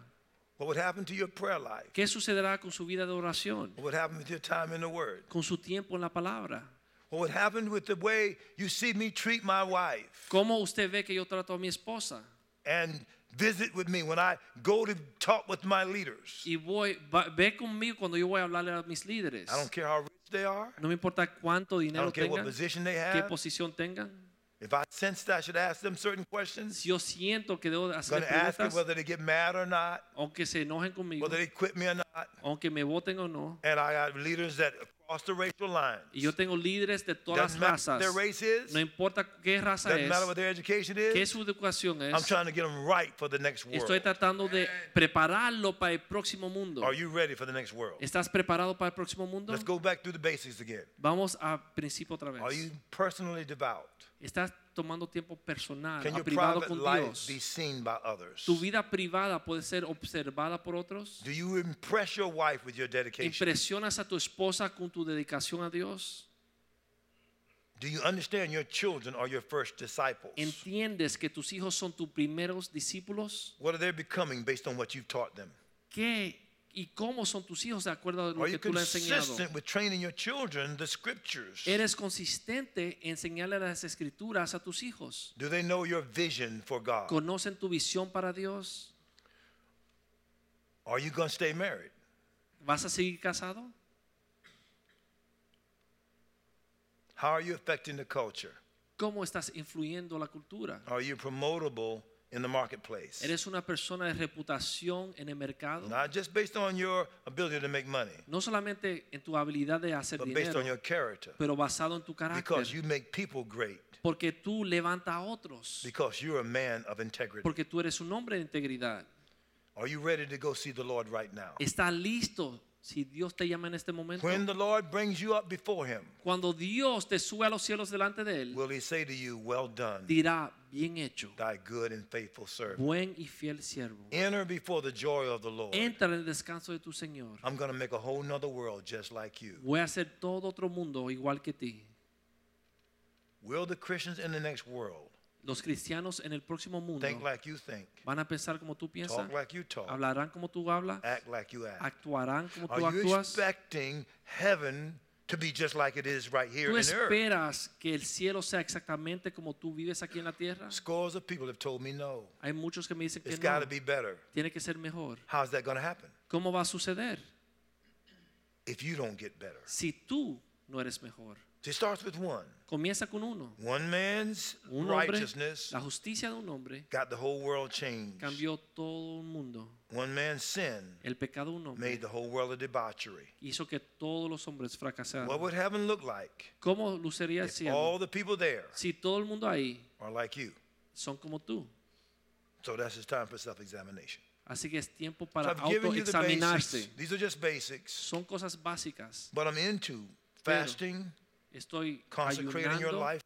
What would happen to your prayer life? ¿Qué sucederá con su vida de oración? What would happen with your time in the Word? Con su tiempo en la palabra. What would happen with the way you see me treat my wife ¿Cómo usted ve que yo trato a mi esposa? and visit with me when I go to talk with my leaders? Y voy, va- ve conmigo cuando yo voy a hablarle a mis líderes. I don't care how rich they are. No me importa cuánto I don't dinero care what tengan, position they qué have. posición tengan. If I sense that I should ask them certain questions, Si yo siento que debo I'm hacer going to ask them preguntas, whether they get mad or not, aunque se enojen conmigo, whether they quit me or not. aunque me voten o no, And I got leaders that across the racial lines. Y yo tengo líderes de todas Doesn't las matter razas. what their race is. No importa qué raza Doesn't es, matter what their education qué is. su educación I'm es. trying to get them right for the next Estoy world. tratando de prepararlo para el próximo mundo. Are you ready for the next world? ¿Estás preparado para el próximo mundo? Let's go back through the basics again. Vamos a principio otra Are you vez. personally devout? Estás tomando tiempo personal, Can a your privado private con life Dios. be seen by others? Tu vida privada puede ser observada por otros. Do you impress your wife with your dedication? Impresionas a tu esposa con tu dedicación a Dios. Do you understand your children are your first disciples? Entiendes que tus hijos son tus primeros discípulos. What are they becoming based on what you've taught them? ¿Qué y cómo son tus hijos de acuerdo a lo Are que you tú le has enseñado? consistent with training your children the scriptures? ¿Eres consistente en enseñarle las escrituras a tus hijos? Do they know your vision for God? ¿Conocen tu visión para Dios? Are you going to stay married? ¿Vas a seguir casado? How are you affecting the culture? ¿Cómo estás influyendo la cultura? Are you promotable in the marketplace? ¿Eres una persona de reputación en el mercado? Not just based on your ability to make money, No solamente en tu habilidad de hacer but based on your dinero, character. pero basado en tu carácter. Because you make people great. Porque tú levanta a otros. Because you're a man of integrity. Porque tú eres un hombre de integridad. Are you ready to go see the Lord right now? Estás listo si Dios te llama en este momento. When the Lord brings you up before him, Cuando Dios te sube a los cielos delante de él, will he say to you, Well done, dirá, bien hecho, thy good and faithful servant? buen y fiel siervo. Enter before the joy of the Lord. Entra en el descanso de tu Señor. I'm going to make a whole nother world just like you. Voy a hacer todo otro mundo igual que ti. Will the Christians in the next world Los cristianos en el próximo mundo think like you think, van a pensar como tú piensas, talk like you talk, hablarán como tú hablas, act like you act? actuarán como tú Are you actúas. expecting heaven to be just like it is right here ¿Tú in earth? esperas que el cielo sea exactamente como tú vives aquí en la tierra? Scores of people have told me no. Hay muchos que me dicen que It's got to no, be better. tiene que ser mejor. How's that going to happen ¿Cómo va a suceder if you don't get better? si tú no eres mejor? It starts with one. Comienza con uno. One man's Un hombre, righteousness la justicia de un hombre got the whole world changed. cambió todo el mundo. One man's sin El pecado de un hombre made the whole world a debauchery. hizo que todos los hombres fracasaran. What would heaven look like ¿Cómo lucería el if cielo all the people there si todo el mundo ahí are like you? son como tú? So that's his time for self-examination. Así que es tiempo So para I've given you the basics. autoexaminarse. These are just basics, Son cosas básicas. but I'm into Pero- fasting, Estoy consecrating your ayunando, life,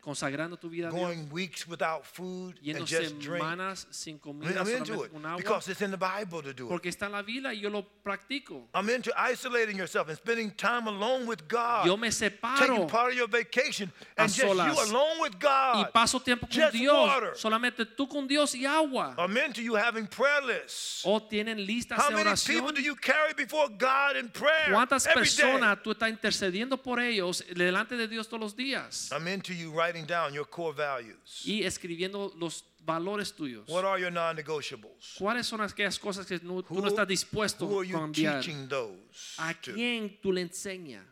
consagrando tu vida a Dios, going weeks without food yendo and just drink. semanas sin comida I'm into solamente it con agua, because it's in the Bible to do it. porque está en la Biblia y yo lo practico. I'm into isolating yourself and spending time alone with God. Yo me taking separo part of your vacation a and just you solas. alone with God. y paso tiempo con Just Dios, water. solamente tú con Dios y agua. I'm into you having prayer lists. O tienen listas How de many people oración. do you carry before God in prayer? ¿Cuántas every day? personas tú estás intercediendo por ellos delante de Dios todos los días? I'm into you writing down your core values. Y escribiendo los valores tuyos. What are your non negotiables? ¿Cuáles son aquellas cosas que no- tú no who estás dispuesto are a you cambiar? teaching those ¿A to? quién tú le enseñas?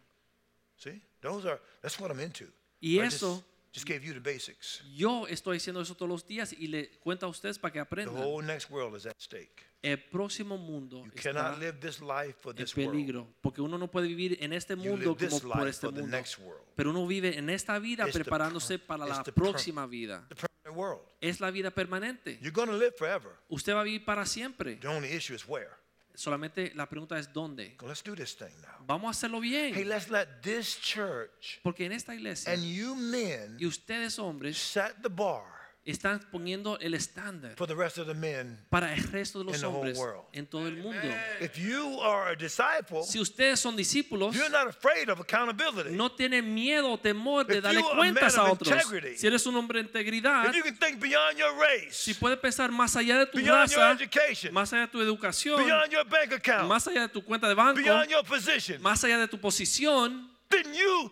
See, those are that's what I'm into. Y I just- eso- just, gave you the basics. Yo estoy haciendo eso todos los días y le cuento a ustedes para que The aprendan. whole next world is at stake. El próximo mundo You está cannot live this life for en this world. peligro porque uno no puede vivir en este You mundo live como this por life este for the mundo. next world. Pero uno vive en esta vida It's the preparándose per- para it's la the per- próxima vida. The permanent world. Es la vida permanente. You're going to live forever. Usted va a vivir para siempre. The only issue is where. Solamente la pregunta es dónde. Well, Let's do this thing now. Vamos a hacerlo Hey, bien. let's let this church Porque en esta iglesia and you men y ustedes hombres set the bar están poniendo el estándar for the rest of the men. para el resto de in los the whole hombres world. en todo el mundo. If you are a disciple, Si ustedes son discípulos, you're not afraid of accountability. no tienen miedo o temor de If darle you are a cuentas man a of otros. integrity, Si eres un hombre de integridad, If you can think beyond your si race, puedes pensar más allá de tu beyond your raza, education, más allá de tu educación, beyond your bank account, más allá de tu cuenta de banco, beyond your position, más allá de tu posición, then you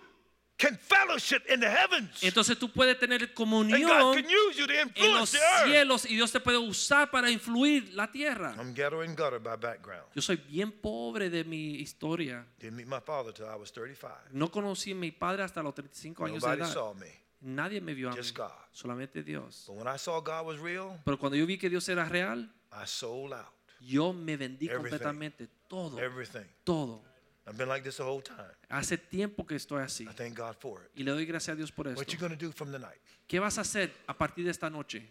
can fellowship in the heavens. entonces tú puedes tener And God comunión can use you to en los influence the earth. cielos y Dios te puede usar para influir la tierra. I'm ghetto and gutter by background. Yo soy bien pobre de mi historia. Didn't meet my father till I was 35. No conocí a mi padre hasta los 35 años de Nobody edad. saw me. Nadie me vio a mí, Just God. solamente Dios. But when I saw God was real, Pero cuando yo vi que Dios era real, I sold out yo me vendí Everything. completamente, todo, everything. todo. I've been like this the whole time. Hace tiempo que estoy así. I thank God for it. Y le doy gracias a Dios por What you esto. going to do from the night? ¿Qué vas a hacer a partir de esta noche?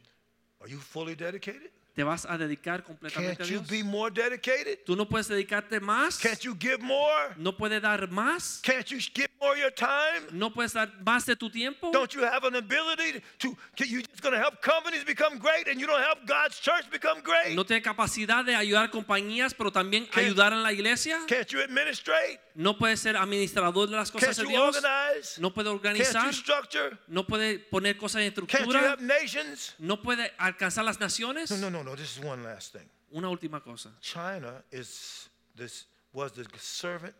Are you fully dedicated? ¿Te vas a dedicar completamente a Can't you Dios? be more dedicated? ¿Tú no puedes dedicarte más? Can't you give more? ¿No puedes dar más? Can't you give more of your time? ¿No puedes dar más de tu tiempo? Don't you have an ability to? Can you just going to help companies become great, and you don't help God's church become great? ¿No tienes capacidad de ayudar compañías, pero también Can't- ayudar en la iglesia? Can't you administrate? ¿No puedes ser administrador de las cosas Can't de you Dios? organize? ¿No puede Can't organizar? you structure? ¿No puede poner cosas en Can't you estructura? have nations? ¿No puede alcanzar las naciones? No, no, no, no. This is one last thing. Una última cosa. China is this was the servant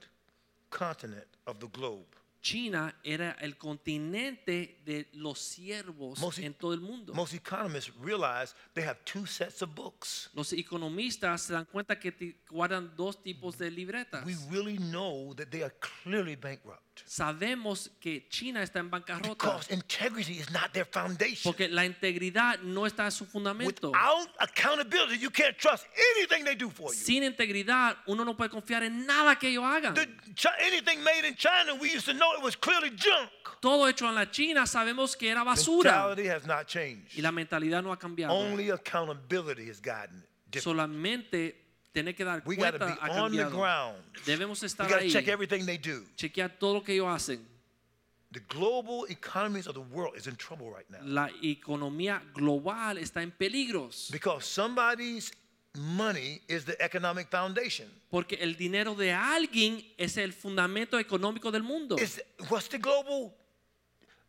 continent of the globe. China era el continente de los siervos Most- en todo el mundo. Most economists realize they have two sets of books. Los economistas se dan cuenta que ti- guardan dos tipos de libretas. We really know that they are clearly bankrupt Sabemos que China está en bancarrota because integrity is not their foundation. porque la integridad no está en su fundamento. Without accountability, you can't trust anything they do for you. Sin integridad, uno no puede confiar en nada que ellos hagan. The, Chi- anything made in China, we used to know it was clearly junk. Todo hecho en la China sabemos que era basura Mentality has not y changed. la mentalidad no ha cambiado. Only accountability has gotten different. Solamente tener que dar We got to cuenta ha be on the cambiado. ground. Debemos We estar got to ahí, check everything they do. chequear todo lo que ellos hacen. The global economies of the world is in trouble right now La economía global está en peligros because somebody's money is the economic foundation. porque el dinero de alguien es el fundamento económico del mundo. It's, what's the global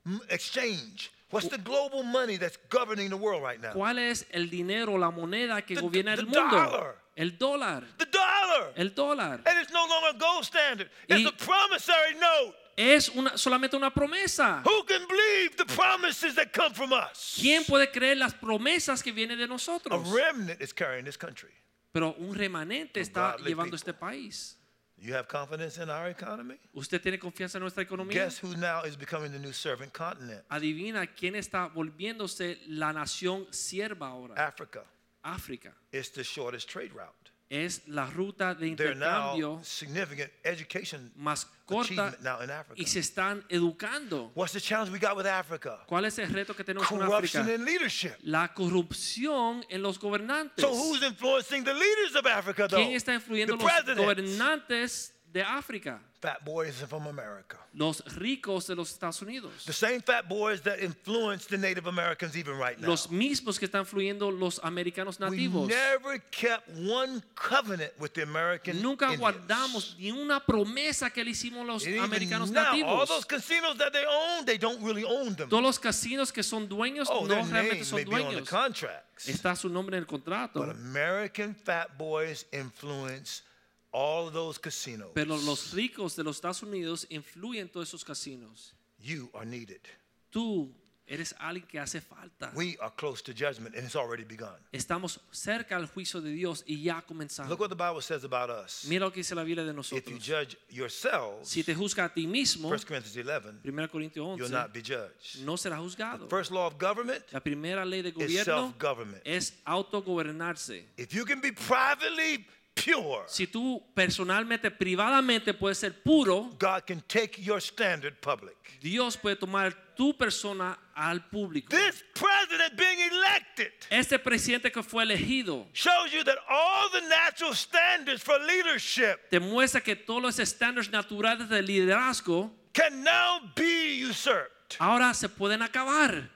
m- exchange? What's the global money that's governing the world right now? ¿Cuál es el dinero, la moneda que The- gobierna the el mundo? dollar. El dólar, The dollar. el dólar. And it's no longer a gold standard. It's Y- a promissory note. Es una, solamente una promesa. Who can believe the promises that come from us? ¿Quién puede creer las promesas que vienen de A nosotros? remnant is carrying this country. Pero un remanente está godly llevando people. este país. You have confidence in our economy? ¿Usted tiene confianza en nuestra economía? Guess who now is becoming the new servant continent? Adivina quién está volviéndose la nación sierva ahora. Africa. África. It's the shortest trade route. Es la ruta de There are now intercambio significant education más corta achievement now in y Africa. se están educando. What's the challenge we got with Africa? ¿Cuál es el reto que tenemos con Corruption África? in leadership. La corrupción en los gobernantes. So who's influencing the leaders of Africa though? ¿Quién está influyendo the los presidents. gobernantes de África? Fat boys from America. Los ricos de los Estados Unidos. The same fat boys that influenced the Native Americans even right now. los mismos que están fluyendo los americanos We nativos. never kept one covenant with the American Nunca Indians. guardamos ni una promesa que le hicimos los And even americanos now, all those nativos. casinos that they own, they don't really own them. Todos los casinos que son dueños Oh, their no realmente name may son be on the dueños. contracts. Está su nombre en el contrato. But American fat boys influence all of those casinos. Pero los ricos de los Estados Unidos influyen todos esos casinos. You are needed. Tú eres alguien que hace falta. We are close to judgment, and it's already begun. Estamos cerca al juicio de Dios y ya ha comenzado. Look what the Bible says about us. Mira lo que dice la Biblia de If you nosotros. judge yourselves, Si te juzga a ti mismo, 1 Corinthians 11, 1 Corintios you'll 11, not be judged. no serás The juzgado. first law of government La primera ley de is gobierno self-government. es autogobernarse. If you can be privately pure, Si tú personalmente, privadamente puedes ser puro, God can take your standard public. Dios puede tomar tu persona al público. This president being elected Este presidente que fue elegido shows you that all the natural standards for leadership te muestra que todos los estándares naturales de liderazgo can now be usurped. ahora se pueden acabar.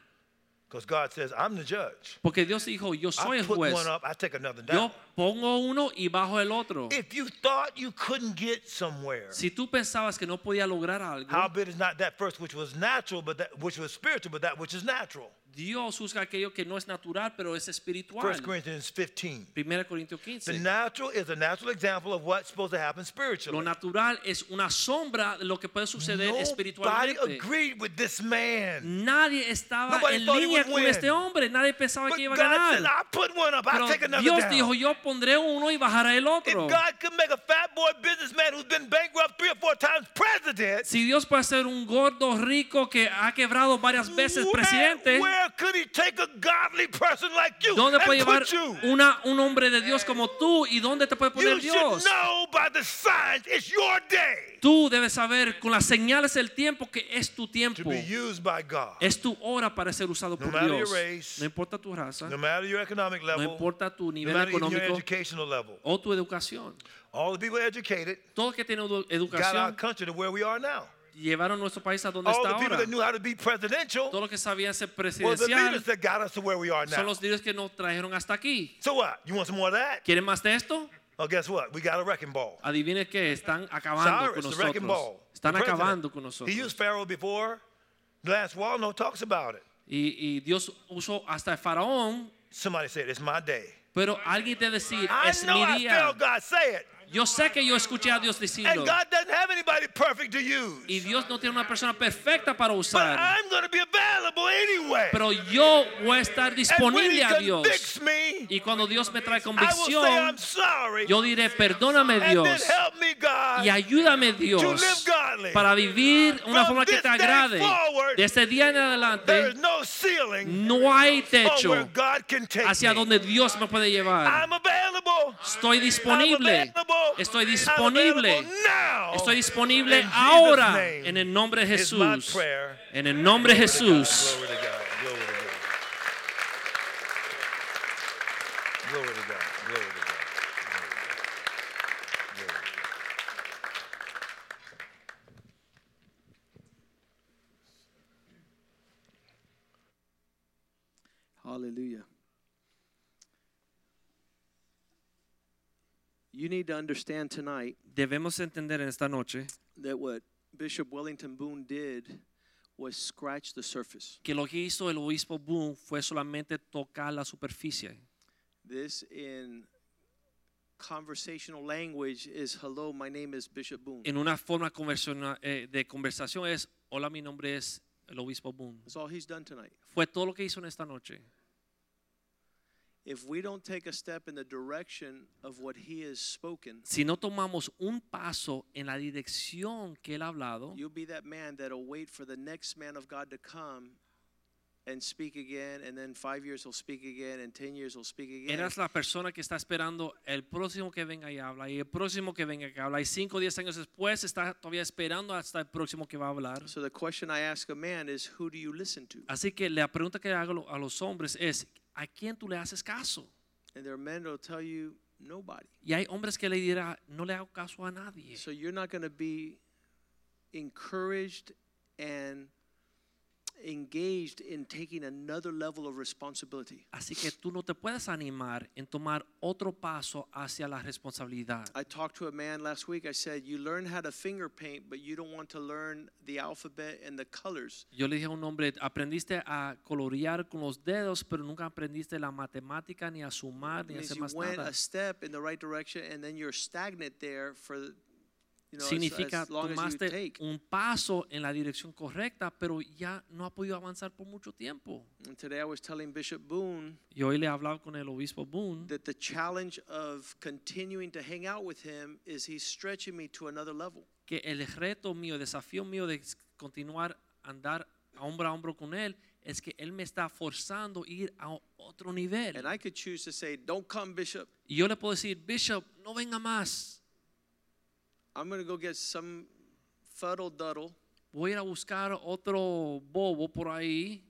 Because God says, I'm the judge. Porque Dios dijo, yo soy I el put juez. one up, I take another down. Yo pongo uno y bajo el otro. If you thought you couldn't get somewhere, Si tú pensabas que no podía lograr algo, howbeit is not that first which was natural, but that which was spiritual, but that which is natural. Dios juzga aquello que no es natural, pero es espiritual. 1 Corinthians 15. 1 Corintios The 15. natural is a natural example of what's supposed to happen Lo spiritually. natural es una sombra de lo que puede suceder Nobody espiritualmente. agreed with this man. Nadie estaba Nobody en thought he línea would con win. este hombre. Nadie pensaba But que iba a God says, ganar. I put one up, I Pero take another Dios down. dijo, yo pondré uno y bajaré el If otro. God could make a fat boy businessman who's been bankrupt three or four times president, the dead, Si Dios puede ser un gordo rico que ha quebrado varias veces presidente, where, where could he take a godly person like you ¿dónde and puede llevar put you? una, un hombre de Dios como tú y dónde te puede poner You should Dios? know by the signs it's your day Tú debes saber con las señales del tiempo que es tu to tiempo. be used by God. Es tu hora para ser usado por matter your Dios. race, no importa tu raza, No matter your economic no level, importa tu no nivel matter even your económico educational level, o tu educación. all the people educated Todos que tienen edu- got our educación country to where we are now. llevaron nuestro país a donde All está the people ahora. that knew how to be presidential Todos los que sabían ser were the leaders presidencial that got us to where we are son now. los líderes que nos trajeron hasta aquí. So what? You want some more of that? ¿Quieren más de esto? Well, guess what? We got a wrecking ball. Adivinen que están acabando Cyrus, con the wrecking nosotros. ball. Están the president. acabando con nosotros. He used Pharaoh before. Last Walno talks about it. Y, y Dios usó hasta el faraón, Somebody said, It's my day. pero alguien te decir, I es know mi I día. felt God say it. Yo sé que yo escuché a Dios diciendo, And God doesn't have anybody perfect to y use. Dios no tiene una persona perfecta para But usar, I'm going to be available anyway. pero yo voy a estar and when he disponible a Dios. convicts me, Y cuando Dios me trae I will say convicción, I'm sorry. yo diré, perdóname and then Dios help me, God. y ayúdame to live Dios godly. para vivir una From forma que this te day agrade. forward, De este día en There adelante is no ceiling no hay on where techo God can take hacia me. donde Dios me puede llevar. I'm available. Estoy I'm disponible. available. Estoy I'm disponible. available now. Estoy In disponible Jesus' ahora name en el nombre de is my Jesús. prayer. En el nombre de Glory Jesús. to God. Glory to God. Glory to God. Glory to God. Glory to God. Glory to God. Glory to God. Hallelujah. You need to understand tonight Debemos entender en esta noche that what Bishop Wellington Boone did was scratch the surface. que lo que hizo el obispo Boone fue solamente tocar la superficie. This, in conversational language, is hello, my name is Bishop Boone. En una forma conversiona- eh, de conversación es, hola, mi nombre es el obispo Boone. That's all he's done tonight. Fue todo lo que hizo en esta noche. If we don't take a step in the direction of what he has spoken, Si no tomamos un paso en la dirección que él ha hablado, you'll be that man that'll wait for the next man of God to come and speak again, and then five years he'll speak again, and ten years he'll speak again. Eras la persona que está esperando el próximo que venga y habla, y el próximo que venga y habla, y 5 o 10 años después está todavía esperando hasta el próximo que va a hablar. So the question I ask a man is, who do you listen to? Así que la pregunta que hago lo- a los hombres es, ¿a quién tú le haces caso? And there are men that'll tell you nobody. Y hay hombres que le dirán, no le hago caso a nadie. So you're not going to be encouraged and engaged in taking another level of responsibility. Así que tú no te puedes animar en tomar otro paso hacia la responsabilidad. I talked to a man last week. I said, "You learn how to finger paint, but you don't want to learn the alphabet and the colors." Yo le dije a un hombre, aprendiste a colorear con los dedos, pero nunca aprendiste la matemática, ni a sumar, ni a means hacer you más went nada. a step in the right direction, and then you're stagnant there for, you know, as- significa as long as you tomaste take. un paso en la dirección correcta, pero ya no ha podido avanzar por mucho tiempo. And today I was telling Bishop Boone. Y hoy le he hablado con el obispo Boone that the challenge of continuing to hang out with him is he's stretching me to another level. que el reto mío, el desafío mío de s- continuar a andar a hombro a hombro con él es que él me está forzando a ir a o- otro nivel. And I could choose to say, Don't come, Bishop. Y yo le puedo decir, Bishop, no venga más. I'm going to go get some fuddle duddle Voy a ir a buscar otro bobo por ahí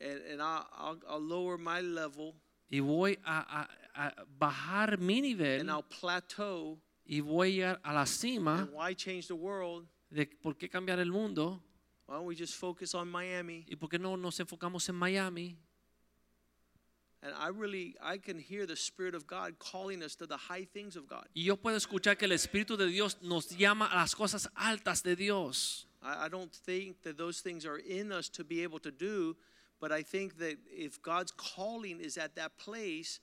and, and I'll, I'll, I'll lower my level y voy a, a- a bajar mi nivel and I'll plateau. y voy a llegar a la cima. And why change the world? de por qué cambiar el mundo Why don't we just focus on Miami? y por qué no nos enfocamos en Miami. And I really, I can hear the Spirit of God calling us to the high things of God. Y yo puedo escuchar que el Espíritu de Dios nos llama a las cosas altas de Dios. I, I don't think that those things are in us to be able to do, but I think that if God's calling is at that place,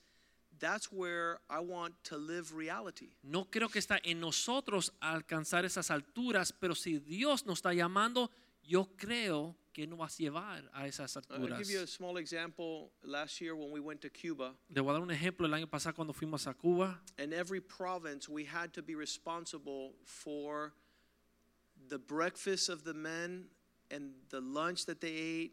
that's where I want to live reality. No creo que está en nosotros alcanzar esas alturas, pero si Dios nos está llamando, yo creo que nos vas a llevar a esas I'll alturas. give you a small example. Last year, when we went to Cuba, Le voy a dar un ejemplo el año pasado cuando fuimos a Cuba. in every province, we had to be responsible for the breakfast of the men and the lunch that they ate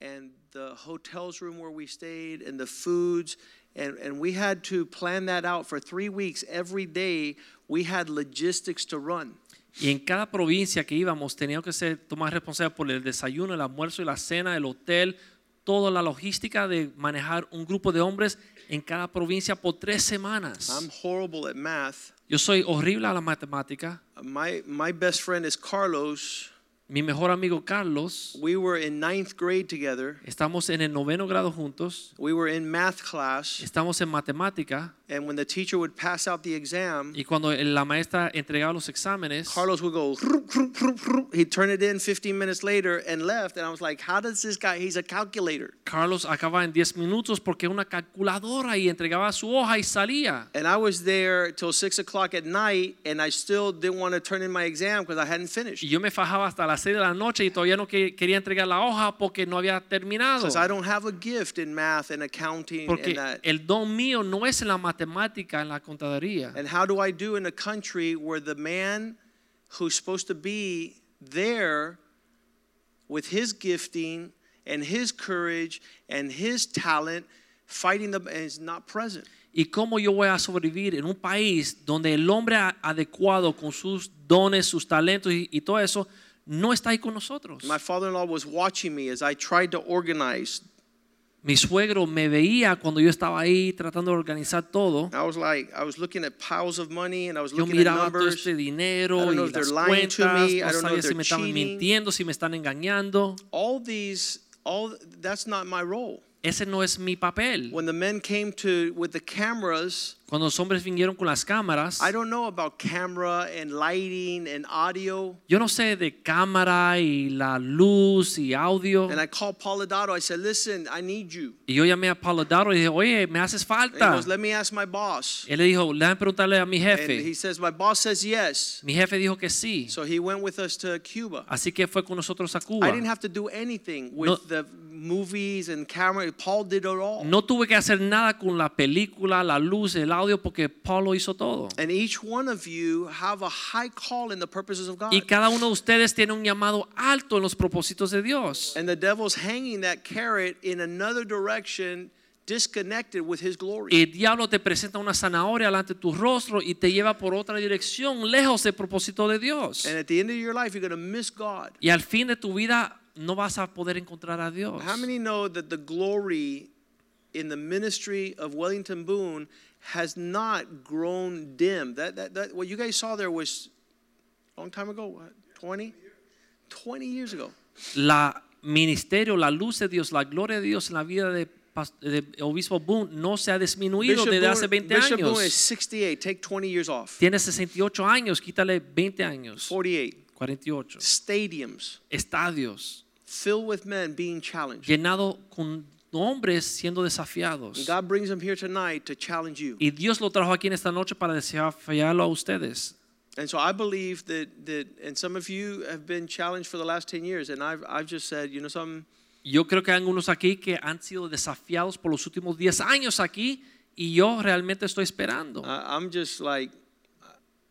and the hotel's room where we stayed and the foods and, and we had to plan that out for three weeks every day we had logistics to run Y en cada provincia que íbamos teníamos que ser, tomar responsabilidad por el desayuno, el almuerzo y la cena, el hotel, toda la logística de manejar un grupo de hombres en cada provincia por tres i'm semanas. horrible at math Yo soy horrible a la matemática. my, my best friend is carlos Mi mejor amigo Carlos, we were in ninth grade together estamos en el noveno grado juntos, we were in math class estamos en matemática and when the teacher would pass out the exam y cuando la maestra entregaba los exámenes, Carlos would go, "Roop, roop, roop, roop." he'd turn it in 15 minutes later and left. And I was like, how does this guy, he's a calculator. Carlos acababa en 10 minutos porque una calculadora y entregaba su hoja y salía. And I was there till six o'clock at night and I still didn't want to turn in my exam because I hadn't finished. Y yo me fajaba hasta las 6 de la noche y todavía no que- quería entregar la hoja porque no había terminado. Because I don't have a gift in math and accounting Porque and that. el don mío no es en la matemática, en la contaduría. And how do I do in a country where the man who's supposed to be there with his gifting and his courage and his talent fighting the and is not present? ¿Y cómo yo voy a sobrevivir en un país donde el hombre a- adecuado con sus dones, sus talentos y, y todo eso no está ahí con nosotros? My father-in-law was watching me as I tried to organize. Mi suegro me veía cuando yo estaba ahí tratando de organizar todo. I was like, I was looking at piles of money and I was Yo looking at miraba todo numbers. este I dinero don't know y if they're las lying cuentas, to me. I no don't know sabía if si they're me estaban cheating. mintiendo, si me están engañando. All these, all that's not my role. Ese no es mi papel. When the men came to with the cameras, Cuando los hombres vinieron con las cámaras, I don't know about camera and lighting and audio. yo no sé de cámara y la luz y audio. And I called Polidoro. I said, "Listen, I need you." Y yo llamé a Paulo Daro y dije, oye, me haces And he falta. goes, "Let me ask my boss." Él le dijo, déjame preguntarle a mi And he jefe. says, "My boss says yes." Mi jefe dijo que sí. So he went with us to Cuba. Así que fue con nosotros a I Cuba. didn't have to do anything with No- the movies and camera. Paul did it all. No tuve que hacer nada con la película, la luz, el audio, porque Paulo hizo todo. And each one of you have a high call in the purposes of God. Y cada uno de ustedes tiene un llamado alto en los propósitos de Dios. And the devil's hanging that carrot in another direction, disconnected with his glory. El diablo te presenta una zanahoria delante de tu rostro y te lleva por otra dirección, lejos del propósito de Dios. and at the end of your life, you're going to miss God. Y al fin de tu vida no vas a poder encontrar a Dios. How many know that the glory in the ministry of Wellington Boone has not grown dim? That, that, that what you guys saw there was a long time ago, what, 20? 20 years ago. La ministerio, la luz de Dios, la gloria de Dios en la vida de, pas- de obispo Boone no se ha disminuido Bishop, desde Boone, hace 20 Bishop Boone años. is 68. Take 20 years off. Tiene 68 años, quítale 20 años. 48. 48. Stadiums Estadios filled with men being challenged. llenado con hombres siendo And desafiados. God brings them here tonight to challenge you. Y Dios lo trajo aquí en esta noche para desafiarlo a ustedes. And so I believe that, that and some of you have been challenged for the last 10 years. And I've, I've just said, you know something? Yo creo que hay algunos aquí que han sido desafiados por los últimos 10 años aquí y yo realmente estoy esperando. I, I'm just like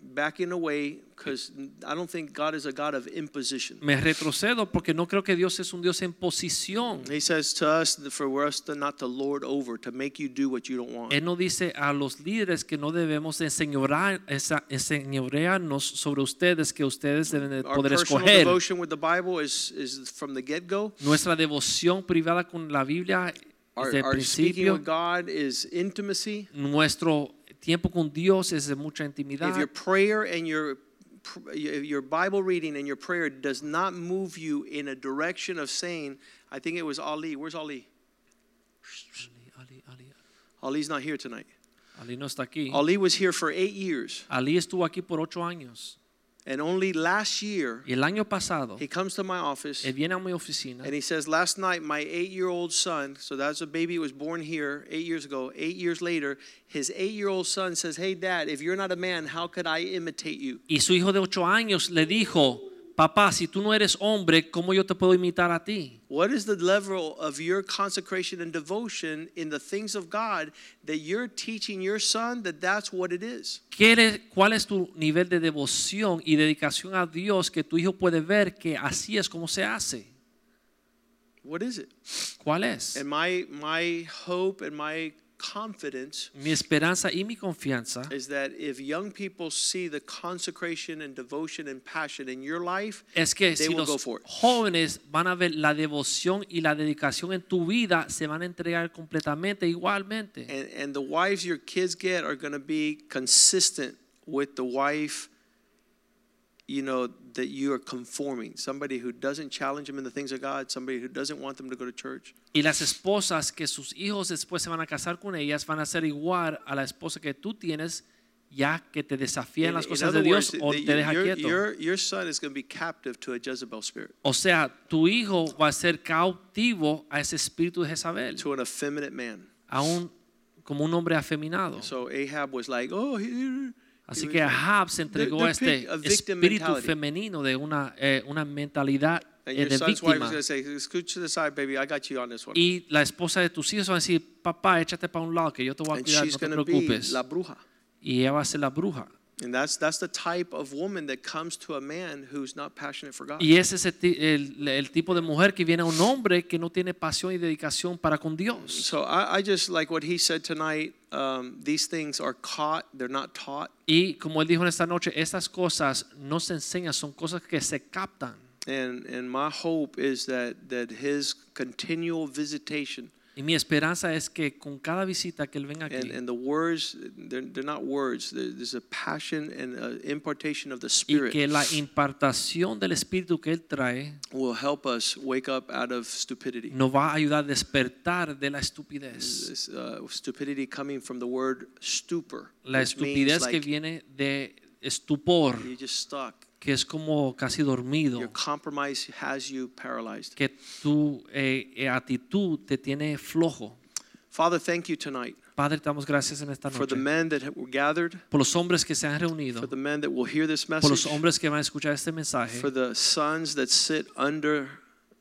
backing away because I don't think God is a God of imposition. Me retrocedo porque no creo que Dios es un Dios en posición. He says to us that for us to not to lord over, to make you do what you don't want. Él nos dice a los líderes que no debemos enseñorar- ensa- enseñorearnos sobre ustedes, que ustedes deben de Our poder personal escoger. devotion with the Bible is, is from the get go. Nuestra devoción privada con la Biblia Our, desde el our speaking principio. with God is intimacy. Nuestro tiempo con Dios es de mucha If your intimidad. prayer and your pr- your your Bible reading and your prayer does not move you in a direction of saying, I think it was Ali. Where's Ali? Ali, Ali- Ali's not here tonight. Ali no está aquí. Ali was here for eight years, Ali estuvo aquí por ocho años. and only last year Y el año pasado, he comes to my office él viene a mi oficina and he says, Last night, my eight year old son, so that's a baby who was born here eight years ago, eight years later, his eight year old son says, Hey, dad, if you're not a man, how could I imitate you? y su hijo de ocho años le dijo, papá, si tú no eres hombre, ¿cómo yo te puedo imitar a ti? What is the level of your consecration and devotion in the things of God that you're teaching your son that that's what it is? ¿Qué eres- ¿Cuál es tu nivel de devoción y dedicación a Dios que tu hijo puede ver que así es como se hace? What is it? ¿Cuál es? And my my hope and my confidence Mi esperanza y mi confianza is that if young people see the consecration and devotion and passion in your life, es que they si will go los for it. jóvenes van a ver la devoción y la dedicación en tu vida, se van a entregar completamente igualmente. And, and the wives your kids get are going to be consistent with the wife, you know, that you are conforming. Somebody who doesn't challenge them in the things of God, somebody who doesn't want them to go to church. Y las esposas que sus hijos después se van a casar con ellas van a ser igual a la esposa que tú tienes ya que te desafían In- las in cosas de other Dios words, o the- te deja your, quieto. your, your son is going to be captive to a Jezebel spirit, o sea, tu hijo va a ser cautivo a ese espíritu de Jezabel, to an effeminate man. a un- como un hombre afeminado. So Ahab was like, oh, he- he- Así he que was- Ahab se entregó they're a este pick- a victim espíritu mentality. femenino de una, eh, una mentalidad And eh, your de son's wife is víctima. going to say, scoot to the side, baby. I got you on this one. Y la esposa de tus hijos va a decir, papá, échate para un lado que yo te voy a And cuidar, she's no te going to be preocupes. la bruja. Y ella va a ser la bruja. And that's that's the type of woman that comes to a man who's not passionate for God. Y ese es el, ti- el- el tipo de mujer que viene a un hombre que no tiene pasión y dedicación para con Dios. So I, I just like what he said tonight. Um, these things are caught; they're not taught. Y como él dijo en esta noche, estas cosas no se enseñan, son cosas que se captan. And and my hope is that that his continual visitation Y mi esperanza es que con cada visita que él venga aquí, and and the words they're, they're not words. There- There's a passion and a impartation of the y Spirit que la impartación del Espíritu que él trae will help us wake up out of stupidity. nos va a ayudar a despertar de la estupidez. This, uh, stupidity coming from the word stupor, La which means, estupidez que like, viene de estupor, you're just stuck. que es como casi Your dormido, compromise has you paralyzed. que tu eh, eh, actitud te tiene flojo. Father, thank you tonight Padre, te damos gracias en esta for the noche. men that were gathered, Por los hombres que se han reunido, for the men that will hear this por los message, hombres que van a escuchar este mensaje, for the sons that sit under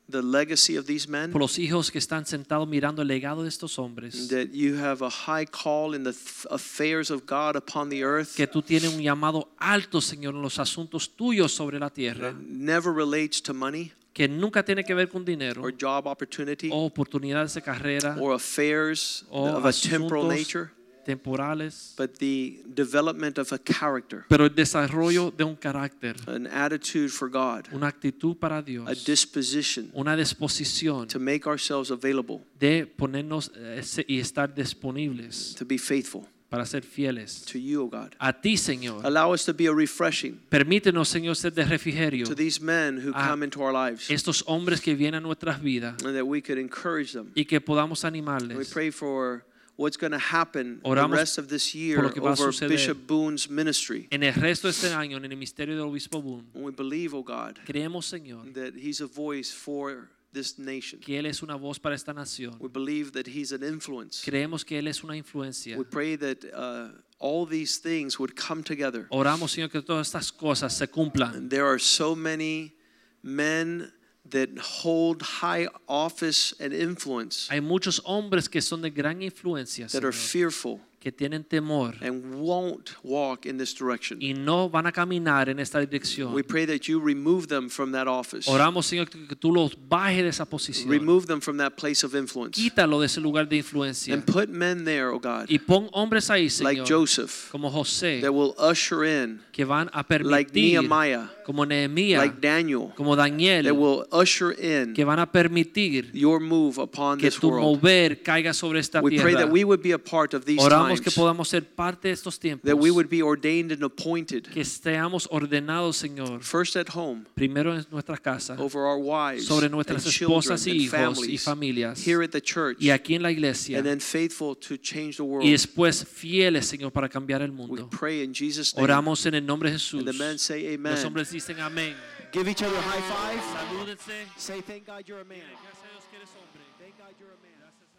the legacy of these men, por los hijos que están sentados mirando el legado de estos hombres, that you have a high call in the th- affairs of God upon the earth que tú tienes un llamado alto, Señor, en los asuntos tuyos sobre la tierra, that never relates to money que nunca tiene que ver con dinero or job opportunity o oportunidades de carrera or affairs o of a temporal asuntos nature, temporales, but the development of a character, pero el desarrollo de un carácter, an attitude for God, una actitud para a Dios, disposition una disposición to make ourselves available, de ponernos eh, se- y estar disponibles to be faithful para ser fieles to you, O God. a ti, Señor. Allow us to be a refreshing Permítenos, Señor, ser de refrigerio. to these men who Ah. come into our lives Estos hombres que vienen a nuestras vidas and that we could encourage them. y que podamos And we animarles. pray for what's going to happen the Oramos rest of this por year lo que va a over suceder. Bishop Boone's ministry. En el resto de este año, en el ministerio del obispo Boone, And we believe, O God, creemos, Señor, that he's a voice for this nation. que Él es una voz para esta nación. We believe that he's an influence. Creemos que Él es una influencia. We pray that uh, all these things would come together. Oramos, Señor, que todas estas cosas se cumplan. And there are so many men that hold high office and influence Hay muchos hombres que son de gran influencia, that are Señor, fearful que tienen temor and won't walk in this direction. y no van a caminar en esta dirección. We pray that you remove them from that office. Oramos, Señor, que que tú los bajes de esa posición. Remove them from that place of influence. Quítalo de ese lugar de influencia. And put men there, oh God, Y pon hombres ahí, like Señor, Joseph, como José, that will usher in, que van a like permitir, Nehemiah, como Nehemías, like Daniel, como Daniel, that will usher in que van a permitir your move upon que this tu world. mover caiga sobre esta We pray tierra. that we would be a part of these Oramos times, que podamos ser parte de estos tiempos, that we would be ordained and appointed, que seamos ordenados, Señor, first at home, primero en nuestras casas, over our wives, sobre and nuestras children, esposas y and hijos y families, familias, here at the church, y aquí en la iglesia, and then faithful to change the world. y después fieles, Señor, para cambiar el We mundo. pray in Jesus' name. Oramos en el nombre de Jesús. And the men say amen. Los hombres dicen amén. Give each other a high five. Salúdense. Say, thank God you're a man. Gracias a Dios que eres hombre. Thank God you're a man. Gracias